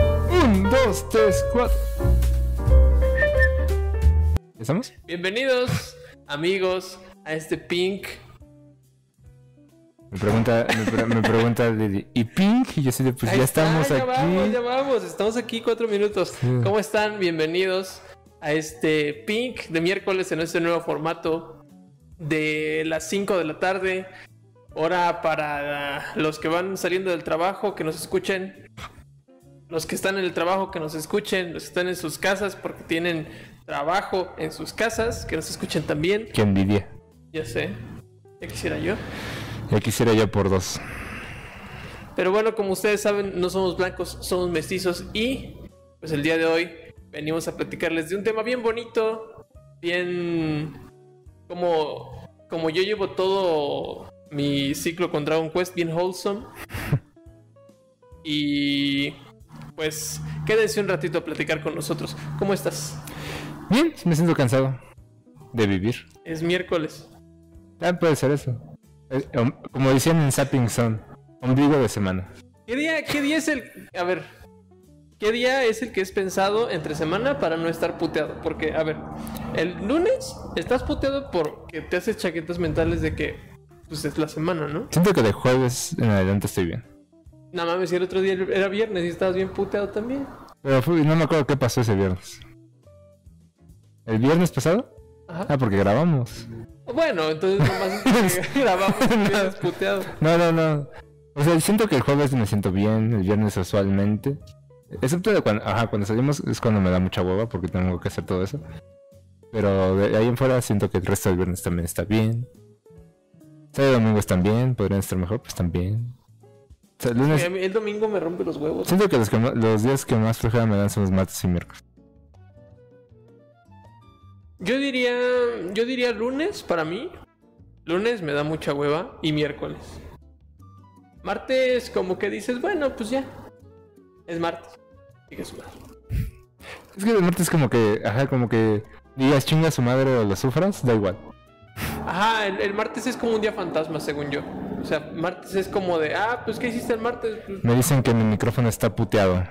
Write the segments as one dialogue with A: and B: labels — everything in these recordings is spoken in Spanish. A: Un, dos, tres, cuatro. ¿Ya ¿Estamos?
B: Bienvenidos, amigos, a este Pink.
A: Me pregunta, me, pre- me pregunta Lili, ¿y Pink? Y yo así de, pues
B: Ahí
A: ya
B: está,
A: estamos
B: ya
A: aquí.
B: Vamos, ya vamos, estamos aquí cuatro minutos.
A: Sí.
B: ¿Cómo están? Bienvenidos a este Pink de miércoles en este nuevo formato de las 5 de la tarde. Hora para los que van saliendo del trabajo, que nos escuchen. Los que están en el trabajo, que nos escuchen. Los que están en sus casas, porque tienen trabajo en sus casas, que nos escuchen también.
A: Qué envidia.
B: Ya sé, ya quisiera yo.
A: Ya quisiera yo por dos.
B: Pero bueno, como ustedes saben, no somos blancos, somos mestizos y pues el día de hoy venimos a platicarles de un tema bien bonito, bien como como yo llevo todo mi ciclo con Dragon Quest bien wholesome. Y pues quédense un ratito a platicar con nosotros. ¿Cómo estás?
A: Bien, me siento cansado de vivir.
B: Es miércoles.
A: Ah, puede ser eso. Eh, om- Como decían en Sapping Zone, ombligo de semana.
B: ¿Qué día, ¿Qué día es el... A ver. ¿Qué día es el que es pensado entre semana para no estar puteado? Porque, a ver, el lunes estás puteado porque te haces chaquetas mentales de que pues es la semana, ¿no?
A: Siento que de jueves en adelante estoy bien.
B: Nada más si el otro día era viernes y estabas bien puteado también.
A: Pero fue- no me acuerdo qué pasó ese viernes. ¿El viernes pasado?
B: Ajá.
A: Ah, porque grabamos.
B: Bueno, entonces nomás es que grabamos y vienes puteado.
A: No, no, no. O sea, siento que el jueves me siento bien, el viernes usualmente. Excepto de cuando, ajá, cuando salimos es cuando me da mucha hueva porque tengo que hacer todo eso. Pero de ahí en fuera siento que el resto del viernes también está bien. Sábado y domingos también, podrían estar mejor, pues también. O sea, lunes,
B: Y a mí El domingo me rompe los huevos.
A: siento que los, que ma- los días que más flojera me dan son los martes y miércoles.
B: Yo diría, yo diría lunes para mí. Lunes me da mucha hueva y miércoles. Martes como que dices, bueno, pues ya. Es martes. Sigue su madre.
A: Es que el martes como que, ajá, como que digas chinga a su madre o lo sufras, da igual.
B: Ajá, el, el martes es como un día fantasma, según yo. O sea, martes es como de, ah, pues ¿qué hiciste el martes? Pues,
A: Me dicen que mi micrófono está puteado.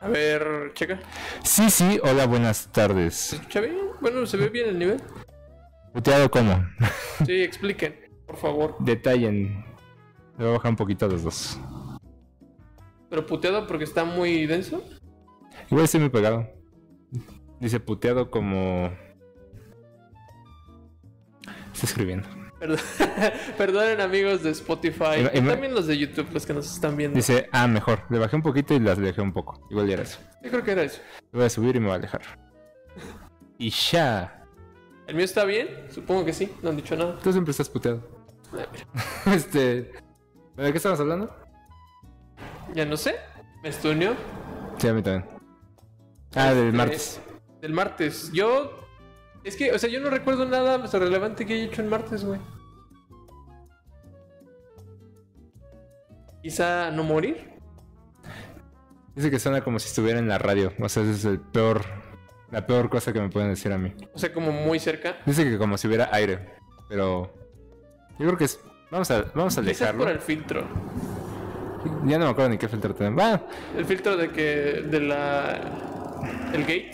B: a ver, checa.
A: Sí, sí, hola, buenas
B: ¿Se
A: tardes.
B: escucha bien? Bueno, ¿se ve bien el nivel?
A: ¿Puteado cómo?
B: Sí, expliquen, por favor.
A: Detallen. Le voy a bajar un poquito a los dos.
B: Pero puteado porque está muy denso.
A: Igual estoy muy pegado. Dice puteado como... Está escribiendo.
B: Perdón- Perdonen amigos de Spotify.
A: Ima-
B: Y
A: ima-
B: también los de YouTube, los que nos están viendo.
A: Dice, ah, mejor. Le bajé un poquito y las dejé un poco. Igual ya era eso.
B: Yo creo que era eso.
A: Le voy a subir y me voy a alejar. Y ya.
B: ¿El mío está bien? Supongo que sí, no han dicho nada.
A: Tú siempre estás puteado. Este... ¿De qué estamos hablando?
B: Ya no sé, me estuneó.
A: Sí, a mí también. Ah, del
B: Este,
A: martes.
B: Del martes. Yo. Es que, o sea, yo no recuerdo nada más relevante que haya hecho en martes, güey. Quizá no morir.
A: Dice que suena como si estuviera en la radio. O sea, ese es el peor... La peor cosa que me pueden decir a mí.
B: O sea, como muy cerca.
A: Dice que como si hubiera aire, pero yo creo que es... Vamos a, vamos a
B: Quizás
A: dejarlo.
B: por el filtro.
A: Ya no me acuerdo ni qué filtro tenemos. Bueno,
B: El filtro de que. de la. el gate.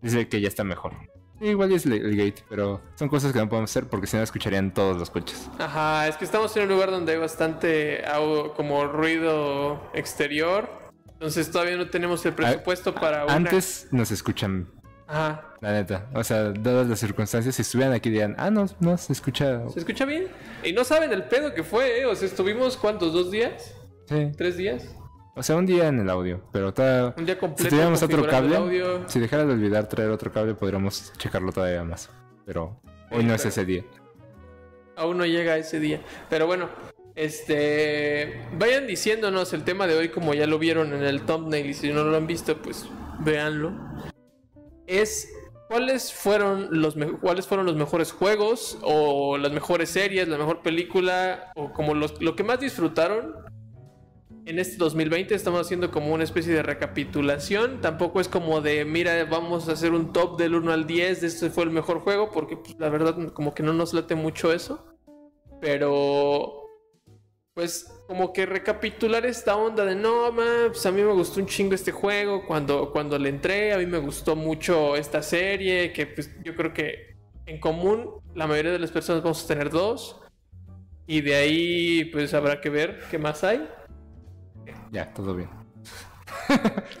A: dice que ya está mejor. Igual es el, el gate, pero son cosas que no podemos hacer porque si no escucharían todos los coches.
B: Ajá, es que estamos en un lugar donde hay bastante au- como ruido exterior. Entonces todavía no tenemos el presupuesto para una...
A: Antes nos escuchan,
B: Ajá.
A: la neta. O sea, dadas las circunstancias, si estuvieran aquí dirían, ah, no, no, se escucha...
B: ¿Se escucha bien? Y no saben el pedo que fue, ¿eh? O sea, estuvimos cuántos, dos días,
A: Sí.
B: tres días,
A: O sea, un día en el audio, pero toda...
B: un día completo.
A: Si tuviéramos otro
B: configurando
A: cable,
B: el audio.
A: si dejara de olvidar traer otro cable, podríamos checarlo todavía más. Pero hoy
B: Sí,
A: no es
B: pero-
A: ese día.
B: Aún no llega ese día. Pero bueno, este. Vayan diciéndonos el tema de hoy, como ya lo vieron en el thumbnail, y si no lo han visto, pues véanlo. Es. ¿Cuáles fueron, los me- ¿Cuáles fueron los mejores juegos o las mejores series, la mejor película o como los, lo que más disfrutaron en este 2020 estamos haciendo como una especie de recapitulación. Tampoco es como de, mira, vamos a hacer un top del 1 al 10 de este fue el mejor juego, porque pues, la verdad como que no nos late mucho eso. Pero pues como que recapitular esta onda de no, man, pues a mí me gustó un chingo este juego cuando, cuando le entré, a mí me gustó mucho esta serie, que pues yo creo que en común la mayoría de las personas vamos a tener dos y de ahí pues habrá que ver qué más hay.
A: Ya, todo bien.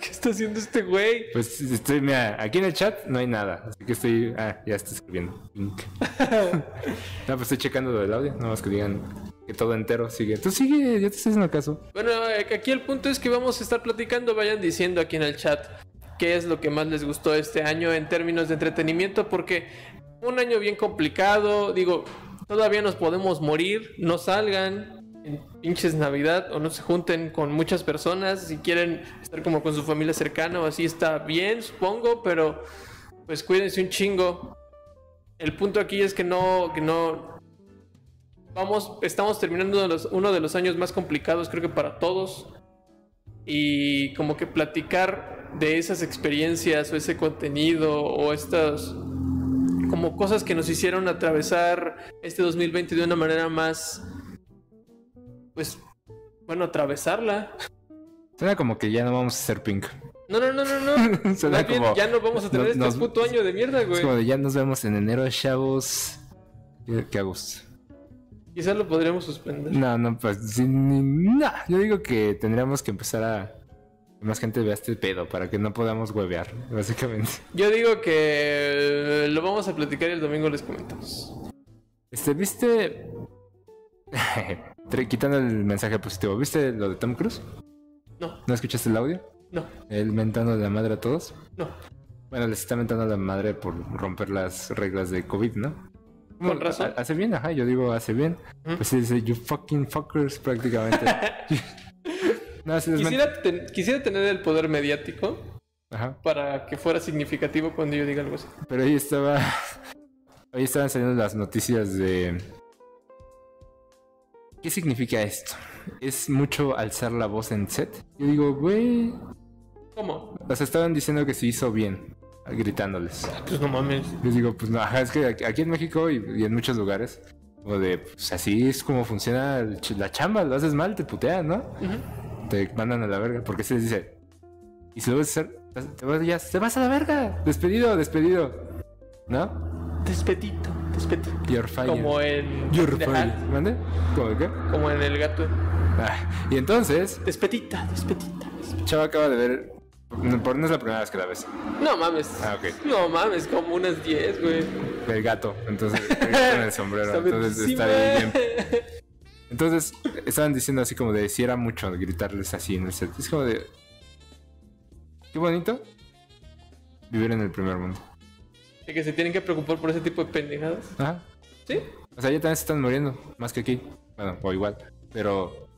B: ¿Qué está haciendo este güey?
A: Pues estoy, mira, aquí en el chat no hay nada, así que estoy, ah, ya estoy escribiendo. Link. no, pues estoy checando lo del audio, nada más que digan que todo entero sigue. Tú sigue, yo te estoy haciendo caso.
B: Bueno, eh, aquí el punto es que vamos a estar platicando, vayan diciendo aquí en el chat qué es lo que más les gustó este año en términos de entretenimiento, porque un año bien complicado, digo, todavía nos podemos morir, no salgan en pinches Navidad o no se junten con muchas personas, si quieren estar como con su familia cercana o así está bien, supongo, pero pues cuídense un chingo. El punto aquí es que no, que no, vamos, estamos terminando los- uno de los años más complicados, creo que para todos. Y como que platicar de esas experiencias o ese contenido o estas como cosas que nos hicieron atravesar este 2020 de una manera más, pues, bueno, atravesarla.
A: Suena como que ya no vamos a ser pink.
B: No, no, no, no, no.
A: Suena
B: Más bien,
A: como-
B: ya no vamos a tener
A: no-
B: este
A: nos-
B: puto año de mierda,
A: Es
B: güey.
A: como de ya nos vemos en enero, chavos. Qué- Qué gusto.
B: Quizás lo podríamos suspender.
A: No, no, pues sí, ni- no. Yo digo que tendríamos que empezar a que más gente vea este pedo para que no podamos huevear, básicamente.
B: Yo digo que eh, lo vamos a platicar y el domingo les comentamos.
A: Este, ¿viste? Tre- Quitando el mensaje positivo, ¿viste lo de Tom Cruise?
B: No,
A: ¿No escuchaste el audio?
B: no,
A: Él mentando la madre a todos.
B: no.
A: Bueno, les está mentando la madre por romper las reglas de COVID, ¿no?
B: Con razón.
A: Hace bien, ajá, yo digo hace bien.
B: Ujú.
A: Pues sí, dice, you fucking fuckers, prácticamente. no, sí, les men-
B: Quisiera, ten- quisiera tener el poder mediático
A: Ajá.
B: para que fuera significativo cuando yo diga algo así.
A: Pero hoy estaba. Hoy estaban saliendo las noticias de. ¿Qué significa esto? ¿Es mucho alzar la voz en set? Yo digo, güey.
B: ¿Cómo?
A: O sea, estaban diciendo que se hizo bien, gritándoles.
B: Pues no mames.
A: Yo digo, pues no, ajá, es que aquí- aquí en México y, y en muchos lugares, o de, pues así es como funciona el ch- la chamba, lo haces mal, te putean, ¿no? Te mandan a la verga, porque se les dice, y si lo vas a hacer, te vas, ya, te vas a la verga, despedido, despedido, ¿no?
B: Despetito, despetito.
A: Your Fire.
B: Como en.
A: Your
B: The
A: Fire.
B: Hat,
A: ¿Mande? ¿Cómo qué?
B: como en el gato.
A: Ah, y entonces,
B: Despetita, despetita. despetita.
A: Chava acaba de ver. No, por no es la primera vez que la ves.
B: No mames.
A: Ah, ok.
B: No mames, como unas 10, güey.
A: El gato. Entonces, el gato en el sombrero. entonces está bien. bien.
B: verguísima.
A: Entonces, estaban diciendo así como de si era mucho gritarles así en el set. Es como de. Qué bonito vivir en el primer mundo.
B: De que se tienen que preocupar por ese tipo de pendejadas.
A: Ajá.
B: ¿Sí?
A: O sea, ya también se están muriendo, más que aquí. Bueno, o igual. Pero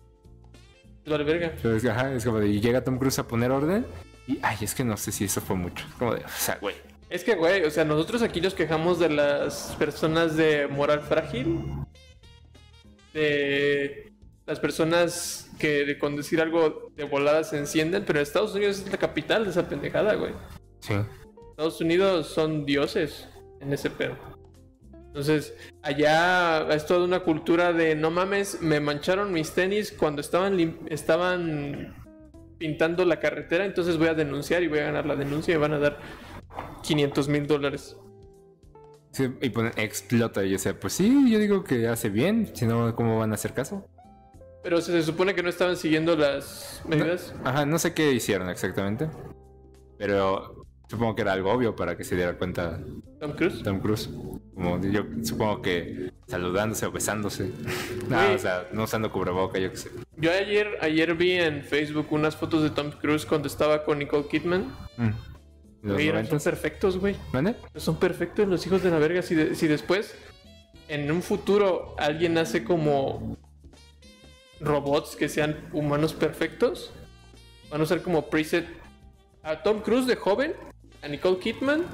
B: Lo alberga.
A: Pero es, que, ajá, es como de, y llega Tom Cruise a poner orden y, ay, es que no sé si eso fue mucho. Es Como de, o sea, güey.
B: Es que, güey, o sea, nosotros aquí nos quejamos de las personas de moral frágil, de las personas que de con decir algo de volada se encienden, pero Estados Unidos es la capital de esa pendejada, güey.
A: Sí.
B: Estados Unidos son dioses en ese pedo. Entonces, allá es toda una cultura de no mames, me mancharon mis tenis cuando estaban lim- estaban pintando la carretera, entonces voy a denunciar y voy a ganar la denuncia y van a dar 500 mil dólares.
A: Sí, y ponen, explota. Y o sea, pues sí, yo digo que hace bien. Si no, ¿cómo van a hacer caso?
B: Pero se, se supone que no estaban siguiendo las medidas.
A: Ajá, no sé qué hicieron exactamente. Pero supongo que era algo obvio para que se diera cuenta
B: Tom Cruise.
A: Tom Cruise. Como yo supongo que saludándose o besándose. no,
B: Güey.
A: o sea, no usando cubreboca, yo qué sé.
B: Yo ayer, ayer vi en Facebook unas fotos de Tom Cruise cuando estaba con Nicole Kidman.
A: Mm. Los
B: Güey, eran- son
A: noventas.
B: perfectos, güey.
A: ¿Mande?
B: Son perfectos los hijos de la verga. Si, de- si después, en un futuro, alguien hace como robots que sean humanos perfectos, van a usar como preset a Tom Cruise de joven, a Nicole Kidman,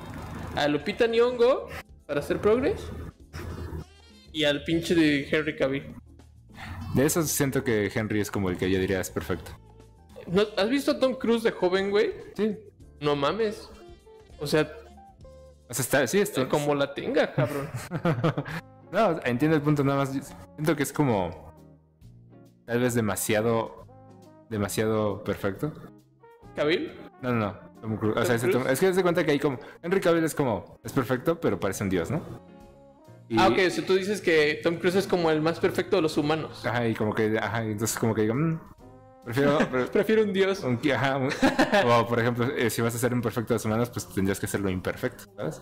B: a Lupita Nyong'o para hacer progress y al pinche de Henry Cavill.
A: De eso siento que Henry es como el que yo diría es perfecto.
B: ¿No- ¿Has visto a Tom Cruise de joven, güey?
A: Sí,
B: No mames. O sea,
A: O sea, está, sí, está.
B: como la tenga, cabrón.
A: no, entiendo el punto nada más. Siento que es como. tal vez demasiado, demasiado perfecto.
B: ¿Cabil?
A: No, no, no. Tom Cruise. O
B: ¿Tom
A: sea, ese Tom-
B: Cruise?
A: es que se cuenta que hay como. Henry Cavill es como. Es perfecto, pero parece un dios, ¿no? Y-
B: Ah, ok, o sea, tú dices que Tom Cruise es como el más perfecto de los humanos.
A: Ajá, y como que. Ajá, y entonces como que digo. "Mm, prefiero. pre-
B: Prefiero un dios.
A: un- ajá, un- o por ejemplo, eh, si vas a hacer un perfecto de las humanas, pues tendrías que hacerlo imperfecto, ¿sabes?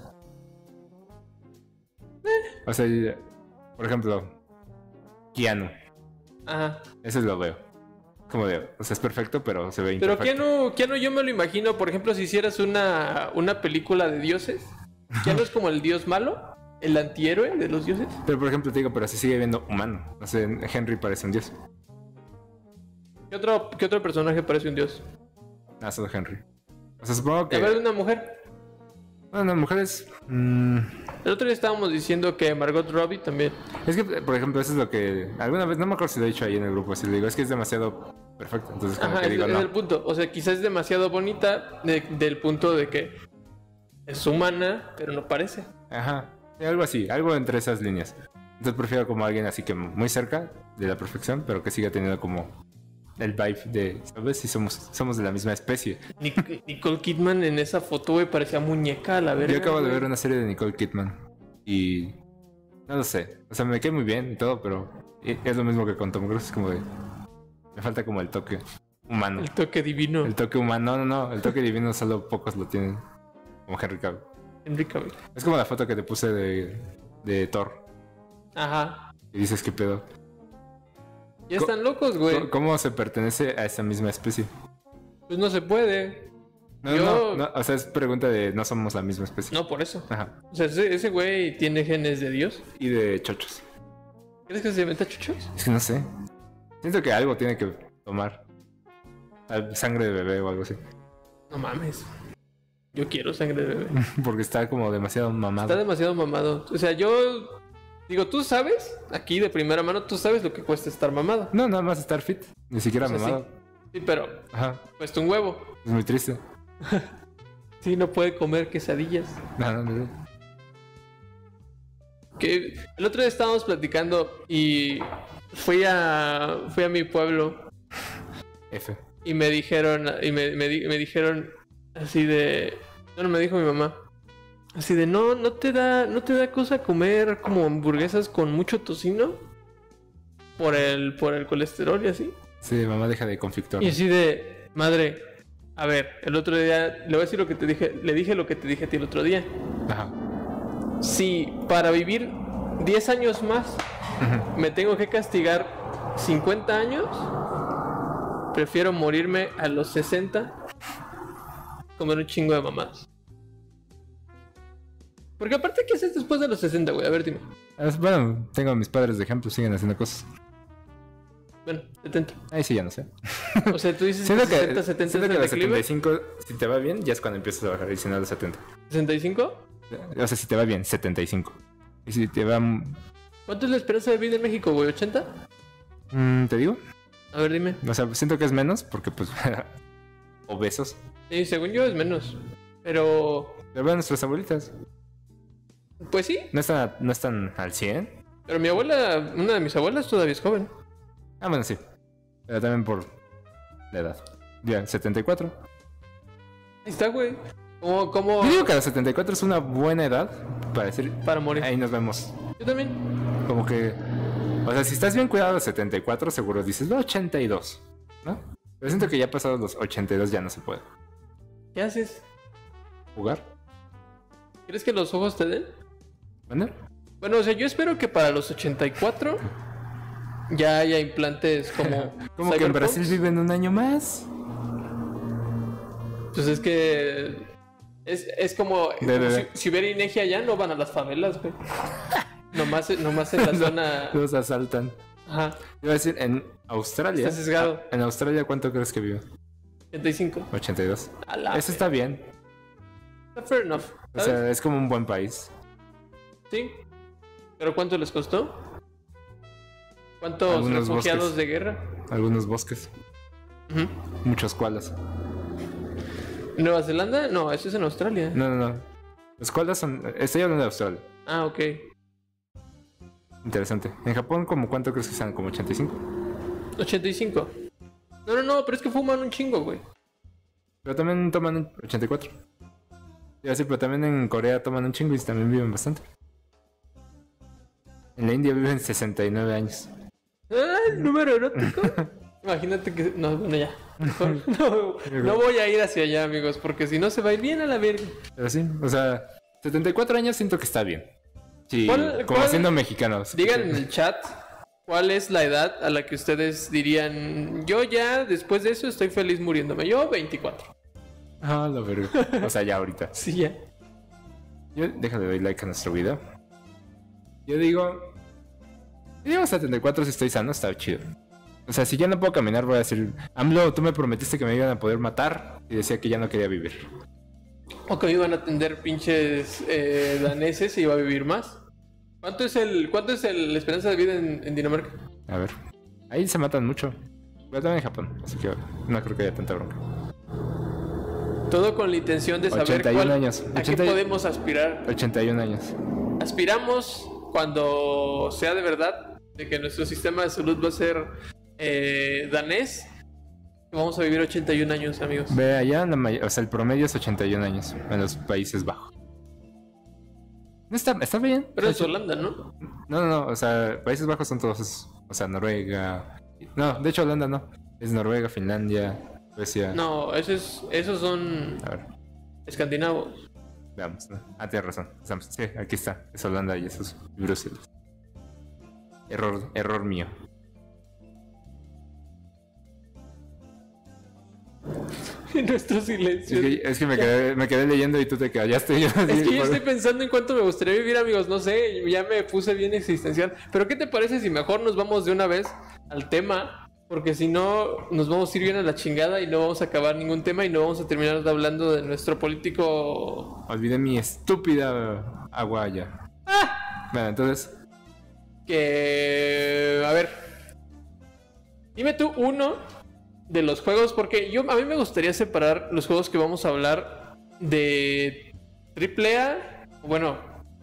B: Eh.
A: O sea, y- por ejemplo, Keanu.
B: Ajá.
A: Ese lo veo. Como de. O sea, es perfecto, pero se ve
B: Pero
A: imperfecto.
B: Keanu, Keanu yo me lo imagino, por ejemplo, si hicieras una, una película de dioses, Keanu es como el dios malo, el antihéroe de los dioses.
A: Pero por ejemplo, te digo, pero se sigue viendo humano. No sé, Henry parece un dios.
B: ¿Qué otro, qué otro personaje parece un dios?
A: Nada, Ah, solo Henry. O sea, supongo que.
B: A ver, de una mujer.
A: Bueno, mujeres. mm,
B: El otro día estábamos diciendo que Margot Robbie también.
A: es que, por ejemplo, eso es lo que. Alguna vez, no me acuerdo si lo he dicho ahí en el grupo. Si le digo, es que es demasiado perfecto. Entonces, como
B: Ajá,
A: que
B: es,
A: digo,
B: es
A: no.
B: el punto. O sea, quizás es demasiado bonita de- del punto de que es humana, pero no parece.
A: Ajá. Sí, Algo así, algo entre esas líneas. Entonces, prefiero como alguien así que muy cerca de la perfección, pero que siga teniendo como el vibe de, ¿sabes? Si somos, somos de la misma especie.
B: Nic- Nicole Kidman en esa foto, güey, parecía muñeca a la verga.
A: Yo acabo de
B: güey.
A: ver una serie de Nicole Kidman y no lo sé. O sea, me quedé muy bien y todo, pero e- es lo mismo que con Tom Cruise, como de me falta como el toque humano.
B: El toque divino.
A: El toque humano, no, no, no, el toque divino solo pocos lo tienen. Como Henry Cavill.
B: Henry Cavill.
A: Es como la foto que te puse de, de Thor
B: Ajá.
A: y dices qué pedo.
B: Ya
A: Co-
B: están locos, güey.
A: ¿Cómo- ¿Cómo se pertenece a esa misma especie?
B: Pues no se puede.
A: No,
B: Yo-
A: no, no, o sea, es pregunta de no somos la misma especie.
B: No, por eso.
A: Ajá.
B: O sea, ese ese güey tiene genes de Dios.
A: Y de chochos.
B: ¿Crees que se meta chuchos?
A: Es que no sé. Siento que algo tiene que tomar. Al- Sangre de bebé o algo así.
B: No mames. Yo quiero sangre de bebé.
A: Porque está como demasiado mamado.
B: Está demasiado mamado. O sea, yo digo, tú sabes, aquí de primera mano, tú sabes lo que cuesta estar mamado.
A: No, nada más estar fit. Ni siquiera
B: O sea,
A: mamado.
B: Sí, pero
A: Ajá.
B: cuesta un huevo.
A: Es muy triste.
B: Sí, no puede comer quesadillas.
A: No, no, no.
B: Que el otro día estábamos platicando y fui a fui a mi pueblo
A: F.
B: y me dijeron y me, me di- me dijeron así de bueno me dijo mi mamá así de no no te da no te da cosa comer como hamburguesas con mucho tocino por el por el colesterol y así
A: Sí, mamá deja de conflictor.
B: y así de madre a ver el otro día le voy a decir lo que te dije le dije lo que te dije a ti el otro día
A: Ajá.
B: si para vivir 10 años más
A: Ujú.
B: me tengo que castigar 50 años, prefiero morirme a los 60 comer un chingo de mamadas. Porque aparte, ¿qué haces después de los 60, güey? A ver, dime.
A: Es- Bueno, tengo a mis padres de ejemplo, siguen haciendo cosas.
B: Bueno, 70.
A: Ahí sí ya no sé.
B: O sea, tú dices que
A: Siento que,
B: 60, 70
A: siento
B: es
A: que
B: el
A: a los
B: declive.
A: 75, si te va bien, ya es cuando empiezas a bajar. Y si no, a los 70.
B: 65.
A: O sea, si te va bien, 75. Y si te va. mm,
B: ¿Cuánto es la esperanza de vida en México, güey? ¿80?
A: ¿Te digo?
B: A ver, dime.
A: O sea, siento que es menos porque, pues, obesos.
B: Sí, según yo es menos. Pero,
A: Pero vean nuestras abuelitas.
B: pues sí.
A: No están, a- no están al 100.
B: Pero mi abuela, una de mis abuelas todavía es joven.
A: Ah, bueno, sí. Pero también por la edad. Ya, 74.
B: Ahí está, güey. Como, como
A: Yo digo que a los 74 es una buena edad para decir,
B: para morir.
A: ahí nos vemos.
B: Yo también.
A: Como que, o sea, si estás bien cuidado a los 74, seguro dices, "No, 82, ¿no? Pero siento que ya pasados los 82 ya no se puede
B: ¿Qué haces?
A: jugar.
B: ¿Crees que los ojos te den?
A: ¿Vale?
B: Bueno, o sea, yo espero que para los 84 ya haya implantes como.
A: Como que en
B: cyberpunks.
A: Brasil viven un año más.
B: Pues es que. Es, es como.
A: De- de-
B: si,
A: de.
B: si hubiera Inegi allá, no van a las favelas, güey. nomás, nomás en la zona.
A: Los asaltan.
B: Ajá,
A: Yo iba a decir, en Australia.
B: Está sesgado.
A: Ah, En Australia, ¿cuánto crees que vive?
B: 85.
A: 82.
B: A la
A: Eso está bien.
B: verga. Fair enough.
A: O
B: ¿sabes?
A: sea, es como un buen país.
B: Sí. ¿Pero cuánto les costó? ¿Cuántos
A: Algunos
B: refugiados
A: bosques.
B: de guerra?
A: Algunos bosques,
B: Ujú.
A: muchos koalas.
B: ¿Nueva Zelanda? No, eso es en Australia.
A: No, no, no. Los koalas son. Estoy hablando de Australia.
B: Ah, ok.
A: Interesante. En Japón, como cuánto crees que sean? ¿Como 85?
B: 85. No, no, no, pero es que fuman un chingo, güey.
A: Pero también toman un 84. Iba a decir, pero también en Corea toman un chingo y también viven bastante. En la India viven 69 años.
B: Ah, el número erótico. Imagínate que. No, bueno, ya. Mejor No, no voy a ir hacia allá, amigos, porque si no se va a ir bien a la verga.
A: Pero sí, o sea, 74 años siento que está bien. Sí,
B: ¿Cuál-
A: como
B: cuál-
A: siendo mexicanos.
B: Digan en el chat cuál es la edad a la que ustedes dirían. Yo ya, después de eso, estoy feliz muriéndome. Yo, 24.
A: Ah, la verga. O sea, ya ahorita.
B: Sí, ya.
A: Yo, déjale doy like a nuestro video. Yo digo. Yo digo 74 si estoy sano, está chido. O sea, si ya no puedo caminar, voy a decir. AMLO, tú me prometiste que me iban a poder matar. Y decía que ya no quería vivir.
B: O que me iban a atender pinches eh, daneses y iba a vivir más. ¿Cuánto es el cuánto es el, la esperanza de vida en, en Dinamarca?
A: A ver. Ahí se matan mucho. Pero también en Japón. Así que no creo que haya tanta bronca.
B: Todo con la intención de saber
A: 81
B: cuál,
A: años.
B: a qué
A: 80 y-
B: podemos aspirar.
A: 81 años.
B: Aspiramos cuando sea de verdad de que nuestro sistema de salud va a ser eh, danés. Vamos a vivir 81 años, amigos.
A: Ve allá, la may- o sea, el promedio es 81 años en los Países Bajos. No está, está bien.
B: Pero es
A: Está
B: Holanda, ¿no?
A: No, no, no, o sea, Países Bajos son todos esos. O sea, Noruega. No, de hecho Holanda no. Es Noruega, Finlandia, Suecia.
B: No, esos, esos son
A: A ver,
B: escandinavos.
A: veamos. ¿no? Ah, tienes razón. Estamos- Sí, aquí está. Es Holanda y esos Bruselas. Error, error mío.
B: Nuestro
A: Es
B: silencio.
A: que, es que me, quedé, me quedé leyendo y tú te callaste. y yo así,
B: Es que yo
A: por-
B: estoy pensando en cuánto me gustaría vivir, amigos. No sé, ya me puse bien existencial. Pero, ¿qué te parece si mejor nos vamos de una vez al tema? Porque si no, nos vamos a ir bien a la chingada y no vamos a acabar ningún tema y no vamos a terminar hablando de nuestro político.
A: Olvidé mi estúpida agua allá.
B: ¡Ah!
A: Bueno, entonces,
B: Que. A ver. Dime tú uno de los juegos, porque yo a mí me gustaría separar los juegos que vamos a hablar de AAA. Bueno,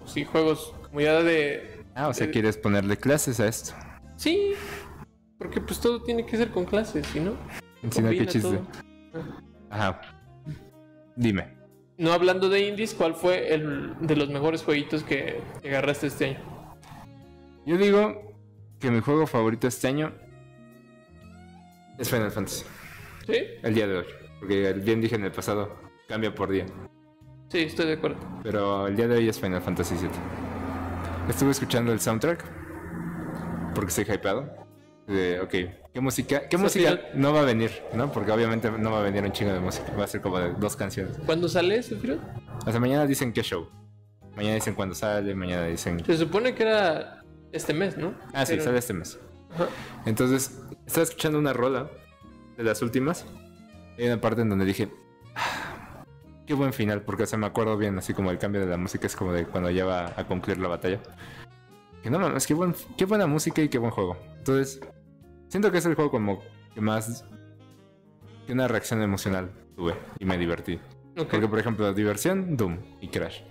B: sí, juegos como ya de
A: Ah, o sea,
B: Eh,
A: quieres ponerle clases a esto.
B: Sí, porque pues todo tiene que ser con clases, ¿sí no?
A: Sino qué
B: Combina
A: chiste.
B: todo.
A: Ajá. Dime.
B: No hablando de indies, ¿cuál fue el de los mejores jueguitos que que agarraste este año?
A: Yo digo que mi juego favorito este año es Final Fantasy.
B: ¿Sí?
A: El día de hoy. Porque bien dije en el pasado, cambia por día.
B: Sí, estoy de acuerdo.
A: Pero el día de hoy es Final Fantasy VII. Estuve escuchando el soundtrack. Porque estoy hypeado. De, ok, ¿qué música? ¿Qué
B: Sofía.
A: música no va a venir? ¿No? Porque obviamente no va a venir un chingo de música. Va a ser como de dos canciones.
B: ¿Cuándo sale, Sefiro?
A: Hasta mañana dicen qué show. Mañana dicen cuándo sale, mañana dicen
B: Se supone que era este mes, ¿no?
A: Ah, sí,
B: Pero-
A: sale este mes.
B: Ajá.
A: Entonces, estaba escuchando una rola de las últimas. Hay una parte en donde dije, "Ah, qué buen final, porque o sea, me acuerdo bien, así como el cambio de la música es como de cuando ya va a concluir la batalla. Que no mames, qué, buen, qué buena música y qué buen juego. Entonces, siento que es el juego como que más. que una reacción emocional tuve y me divertí.
B: Ok.
A: Porque, por ejemplo, diversión, Doom y Crash.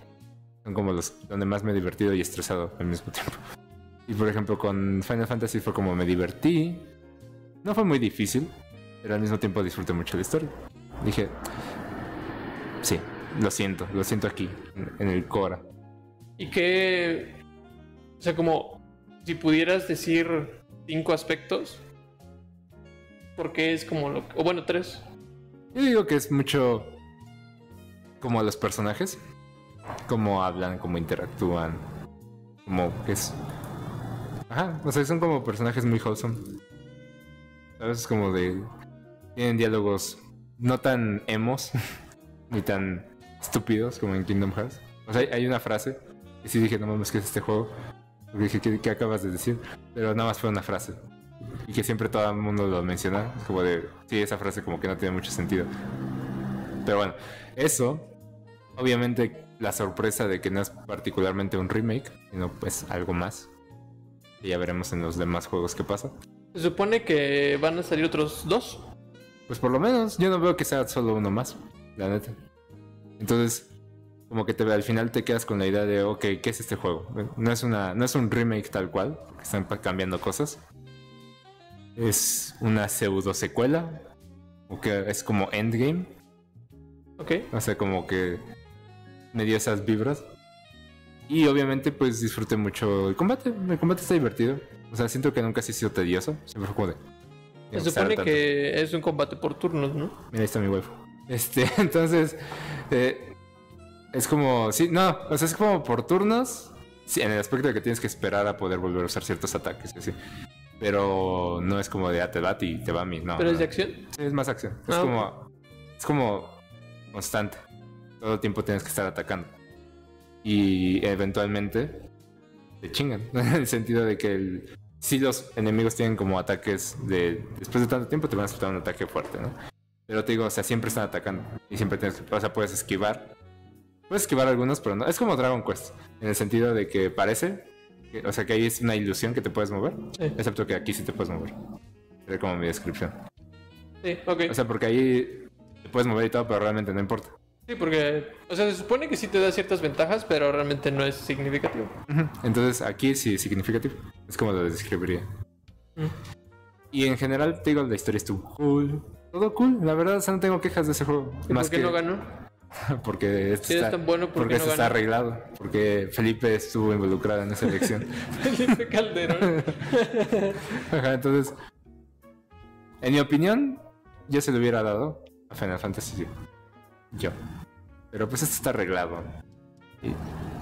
A: Son como los donde más me he divertido y estresado al mismo tiempo. Y, por ejemplo, con Final Fantasy fue como me divertí. No fue muy difícil, pero al mismo tiempo disfruté mucho la historia. Dije, sí, lo siento, lo siento aquí, en- en el Cora.
B: Y que... O sea, como si pudieras decir cinco aspectos, porque es como lo... O bueno, tres.
A: Yo digo que es mucho como a los personajes, cómo hablan, cómo interactúan, como que es... Ajá, o sea, son como personajes muy wholesome. A veces como de... Tienen diálogos no tan emos, ni tan estúpidos como en Kingdom Hearts. O sea, hay- hay una frase, y sí dije, no mames, ¿qué es este juego? Porque dije, ¿qué, qué acabas de decir? Pero nada más fue una frase. Y que siempre todo el mundo lo menciona. Es como de, sí, esa frase como que no tiene mucho sentido. Pero bueno, eso, obviamente la sorpresa de que no es particularmente un remake, sino pues algo más. Y ya veremos en los demás juegos qué pasa.
B: Se supone que van a salir otros dos.
A: Pues por lo menos, yo no veo que sea solo uno más, la neta. Entonces, como que te, al final te quedas con la idea de, ok, ¿qué es este juego? No es, una, no es un remake tal cual, porque están pa- cambiando cosas. es una pseudo secuela. O que es como Endgame.
B: Ok.
A: O sea, como que me dio esas vibras. Y obviamente, pues disfruté mucho el combate. El combate está divertido. O sea, siento que nunca ha sido tedioso. Siempre fue como de.
B: Se
A: de usar
B: supone
A: tanto.
B: que es un combate por turnos, ¿no?
A: Mira, ahí está mi waifu. Este, entonces. eh, es como. Sí, no, o sea, es como por turnos. Sí, en el aspecto de que tienes que esperar a poder volver a usar ciertos ataques. y así. Pero no es como de ah, te bate y te va a mí. No.
B: Pero es
A: no.
B: de acción.
A: Sí, es más acción. Es
B: Ah, ok.
A: como. Es como constante. Todo el tiempo tienes que estar atacando. Y eventualmente te chingan. En el sentido de que el- si los enemigos tienen como ataques de. Después de tanto tiempo te van a soltar un ataque fuerte, ¿no? Pero te digo, o sea, siempre están atacando. Y siempre tienes que. O sea, puedes esquivar. Puedes esquivar algunos, pero no. Es como Dragon Quest. En el sentido de que parece. que- o sea, que ahí es una ilusión que te puedes mover.
B: Sí.
A: Excepto que aquí sí te puedes mover. Sería como mi descripción.
B: Sí, ok.
A: O sea, porque ahí te puedes mover y todo, pero realmente no importa.
B: Sí, porque. O sea, se supone que sí te da ciertas ventajas, pero realmente no es significativo.
A: Ujú. Entonces, aquí sí es significativo. Es como lo describiría.
B: Mm.
A: Y en general, te digo, la historia estuvo cool. Todo cool, la verdad, o sea, no tengo quejas de ese juego.
B: ¿Y ¿Por qué no ganó?
A: Porque este
B: Si eres
A: está,
B: tan bueno, ¿por
A: porque
B: qué no
A: este está
B: ganó?
A: arreglado. Porque Felipe estuvo involucrado en esa elección.
B: Felipe Calderón.
A: Ajá, entonces, en mi opinión, yo se lo hubiera dado a Final Fantasy VII. Yo. Pero pues esto está arreglado. Y,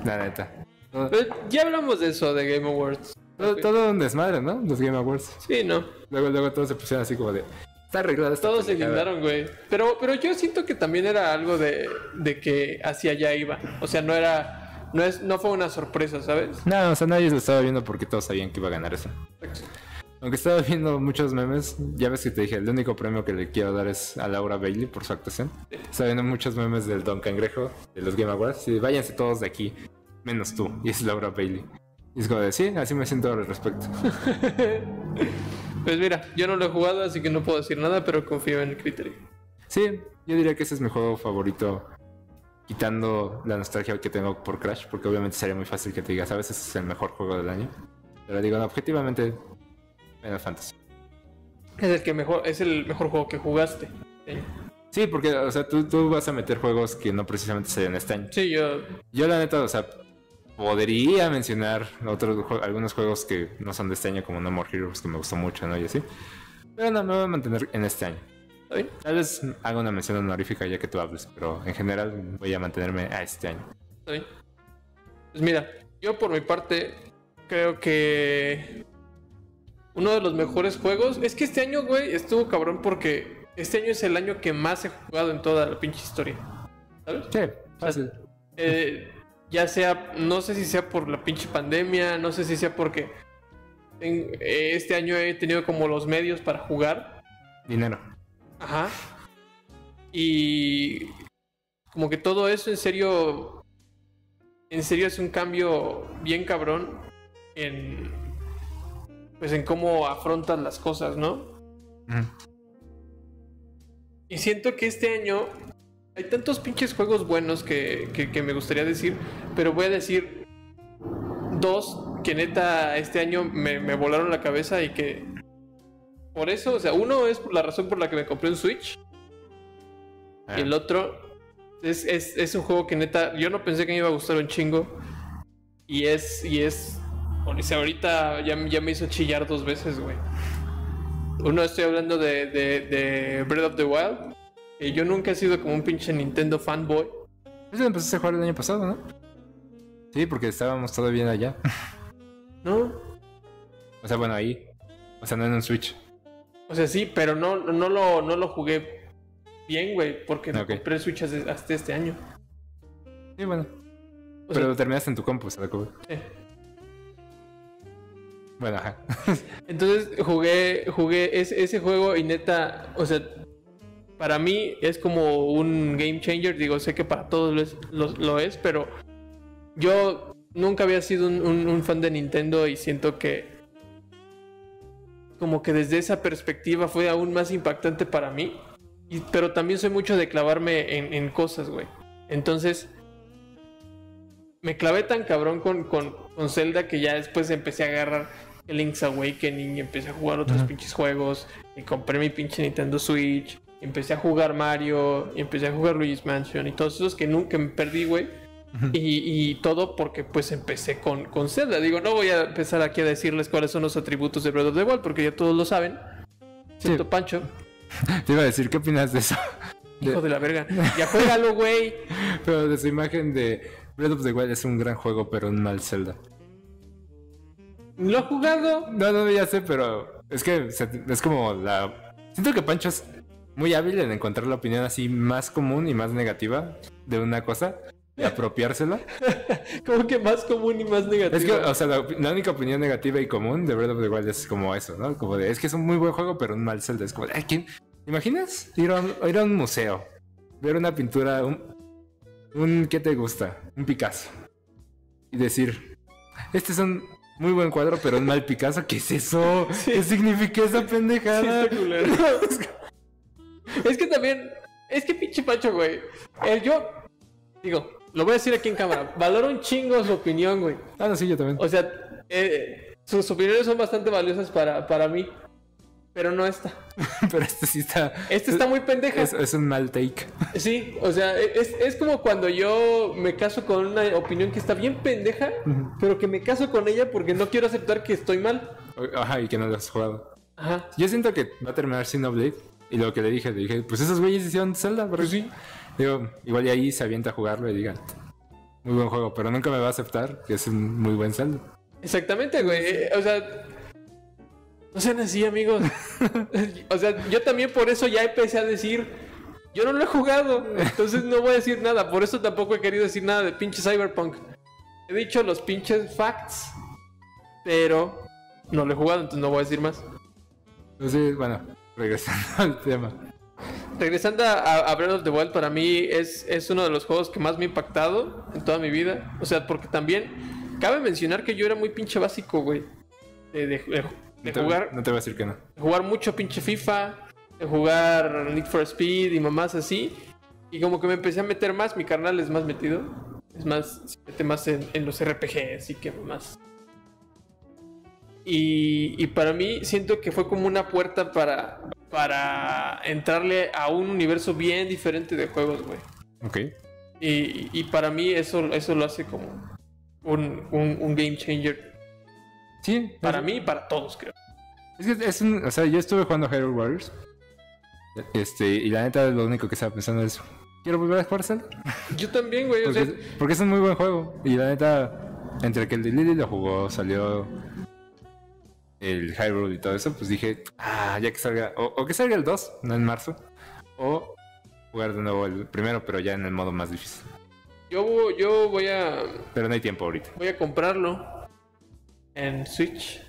A: la neta. Todo,
B: Pero Pues, ya hablamos de eso, de Game Awards.
A: todo-
B: Ok.
A: todo un desmadre, ¿no? Los Game Awards.
B: Sí, no.
A: Luego, luego todos se pusieron así como de. Está arreglado. esta
B: Todos se
A: pendejada".
B: guindaron, güey. Pero, pero yo siento que también era algo de, de que hacia allá iba. O sea, no era. No, es, no fue una sorpresa, ¿sabes?
A: No, o sea, nadie lo estaba viendo porque todos sabían que iba a ganar eso.
B: Pues
A: Aunque estaba viendo muchos memes, ya ves que te dije, el único premio que le quiero dar es a Laura Bailey por su actuación. Estaba viendo muchos memes del Don Cangrejo, de los Game Awards, y váyanse todos de aquí, menos tú, y es Laura Bailey. Y es como de, sí, así me siento al respecto.
B: Pues mira, yo no lo he jugado, así que no puedo decir nada, pero confío en el criterio.
A: Sí, yo diría que ese es mi juego favorito, quitando la nostalgia que tengo por Crash, porque obviamente sería muy fácil que te digas, sabes, ese es el mejor juego del año. Pero digo, no, objetivamente, Final Fantasy.
B: Es el que mejor, es el mejor juego que jugaste.
A: Sí, porque, o sea, tú, tú vas a meter juegos que no precisamente serían este año.
B: Sí, yo.
A: Yo la neta, o sea, podría mencionar otros jue- algunos juegos que no son de este año, como No More Heroes, que me gustó mucho, ¿no? Y así. Pero no, me voy a mantener en este año.
B: ¿Está bien?
A: Tal vez haga una mención honorífica ya que tú hables, pero en general voy a mantenerme a este año.
B: ¿Está bien? Pues mira, yo por mi parte creo que uno de los mejores juegos es que este año, güey, estuvo cabrón porque este año es el año que más he jugado en toda la pinche historia. ¿Sabes?
A: Sí, fácil.
B: Eh, ya sea, no sé si sea por la pinche pandemia, no sé si sea porque en- eh, este año he tenido como los medios para jugar.
A: Dinero.
B: Ajá. Y como que todo eso en serio, en serio es un cambio bien cabrón en, pues en cómo afrontas las cosas, ¿no?
A: Ujú.
B: Y siento que este año hay tantos pinches juegos buenos que, que- que me gustaría decir, pero voy a decir dos que neta este año me, me volaron la cabeza y que por eso, o sea, uno es por la razón por la que me compré un Switch.
A: Ah,
B: Y el otro es, es, es un juego que neta, yo no pensé que me iba a gustar un chingo. Y es, y es, o sea, ahorita ya, ya me hizo chillar dos veces, güey. Uno estoy hablando de, de, de Breath of the Wild. que yo nunca he sido como un pinche Nintendo fanboy.
A: Eso lo empezaste a jugar el año pasado, ¿no? Sí, porque estábamos todavía allá.
B: ¿No?
A: O sea, bueno, ahí. O sea, no en un Switch.
B: O sea, sí, pero no, no, lo, no lo jugué bien, güey, porque no
A: Ok.
B: compré Switch hace- hasta este año.
A: Sí, bueno.
B: O
A: pero
B: sea,
A: lo terminaste en tu compu, ¿sabes?
B: eh.
A: Bueno, ajá.
B: Entonces jugué, jugué ese, ese juego y neta, o sea, para mí es como un game changer. Digo, sé que para todos lo es, lo, lo es pero yo nunca había sido un, un- un fan de Nintendo y siento que como que desde esa perspectiva fue aún más impactante para mí. Y- pero también soy mucho de clavarme en, en cosas, güey. Entonces, me clavé tan cabrón con, con, con Zelda que ya después empecé a agarrar el Link's Awakening y empecé a jugar otros
A: Ajá.
B: pinches juegos. Y compré mi pinche Nintendo Switch. y empecé a jugar Mario. Y empecé a jugar Luigi's Mansion. Y todos esos que nunca me perdí, güey.
A: Ujú.
B: Y, y todo porque pues empecé con, con Zelda. Digo, no voy a empezar aquí a decirles cuáles son los atributos de Breath of the Wild porque ya todos lo saben. Excepto Pancho,
A: Te iba a decir, ¿qué opinas de eso? De-
B: hijo de la verga. Ya juégalo, güey.
A: Pero de su imagen de Breath of the Wild es un gran juego, pero un mal Zelda.
B: ¿Lo ha jugado?
A: No, no, ya sé, pero es que se- es como la... Siento que Pancho es muy hábil en encontrar la opinión así más común y más negativa de una cosa y apropiársela.
B: Como que más común y más negativo.
A: Es que, o sea, la, opi- la única opinión negativa y común de Breath of the Wild es como eso, ¿no? Como de, es que es un muy buen juego, pero un mal Zelda. Es como, de, "Ay, ¿quién? ¿Te imaginas? Ir a, un, ir a un museo, ver una pintura, un, un... ¿Qué te gusta? Un Picasso. Y decir, este es un muy buen cuadro, pero un mal Picasso. ¿Qué es eso?
B: Sí.
A: ¿Qué significa esa
B: Sí,
A: pendejada?
B: está culero. es que también, es que pinche Pancho, güey. El yo, digo, lo voy a decir aquí en cámara. Valoro un chingo su opinión, güey.
A: ah, no, sí, yo también.
B: O sea, eh, sus opiniones son bastante valiosas para, para mí. Pero no esta.
A: pero este sí está...
B: Esta está muy pendeja.
A: Es, es un mal take.
B: Sí, o sea, es, es como cuando yo me caso con una opinión que está bien pendeja,
A: Ujú.
B: pero que me caso con ella porque no quiero aceptar que estoy mal.
A: Ajá, y que no lo has jugado.
B: Ajá.
A: Yo siento que va a terminar Xenoblade. Y lo que le dije, le dije, pues esos güeyes hicieron Zelda, ¿verdad?
B: Pues sí.
A: Digo, igual y ahí se avienta a jugarlo y diga, muy buen juego, pero nunca me va a aceptar que es un muy buen Zelda.
B: Exactamente, güey. Eh, O sea, no sean así, amigos. o sea, yo también por eso ya empecé a decir, yo no lo he jugado, entonces no voy a decir nada. Por eso tampoco he querido decir nada de pinche Cyberpunk. He dicho los pinches facts, pero no lo he jugado, entonces no voy a decir más.
A: Entonces, bueno, regresando al tema.
B: Regresando a, a Breath of the Wild, para mí es, es uno de los juegos que más me ha impactado en toda mi vida. O sea, porque también cabe mencionar que yo era muy pinche básico, güey. De, de- de- de
A: No te,
B: jugar,
A: no te voy a decir que no.
B: de jugar mucho pinche FIFA, de jugar Need for Speed y mamás así. Y como que me empecé a meter más, mi carnal es más metido. Es más, se mete más en, en los RPGs y que más. Y, y para mí siento que fue como una puerta para, para entrarle a un universo bien diferente de juegos, güey.
A: Ok.
B: Y, y para mí eso, eso lo hace como un, un- un game changer.
A: Sí,
B: Para
A: es-
B: mí y para todos, creo.
A: Es que es un. O sea, yo estuve jugando Hyrule Warriors. Este, y la neta, lo único que estaba pensando es, quiero volver a jugar Zelda.
B: Yo también, güey. o sea,
A: Porque, porque pues es un muy buen juego. Y la neta, entre que el de Lily lo jugó, salió el Hyrule y todo eso, pues dije, ah, ya que salga, o, o que salga el 2, no en marzo, o jugar de nuevo el primero, pero ya en el modo más difícil.
B: Yo, yo voy a
A: Pero no hay tiempo ahorita.
B: voy a comprarlo en Switch.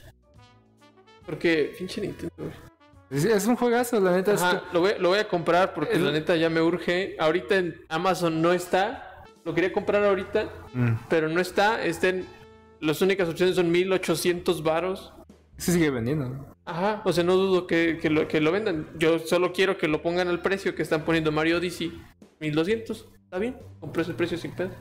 B: Porque pinche Nintendo. güey.
A: Es, es un juegazo, la neta. es
B: Ajá, lo voy, lo voy a comprar porque
A: Es-
B: la neta ya me urge. Ahorita en Amazon no está. Lo quería comprar ahorita,
A: que- Mm.
B: pero no está. Estén las únicas opciones son 1800 varos.
A: Sí sigue vendiendo. ¿no?
B: Ajá, o sea, no dudo que, que lo, que lo vendan. Yo solo quiero que lo pongan al precio que están poniendo Mario Odyssey. 1200, está bien. Compré ese precio sin pedo.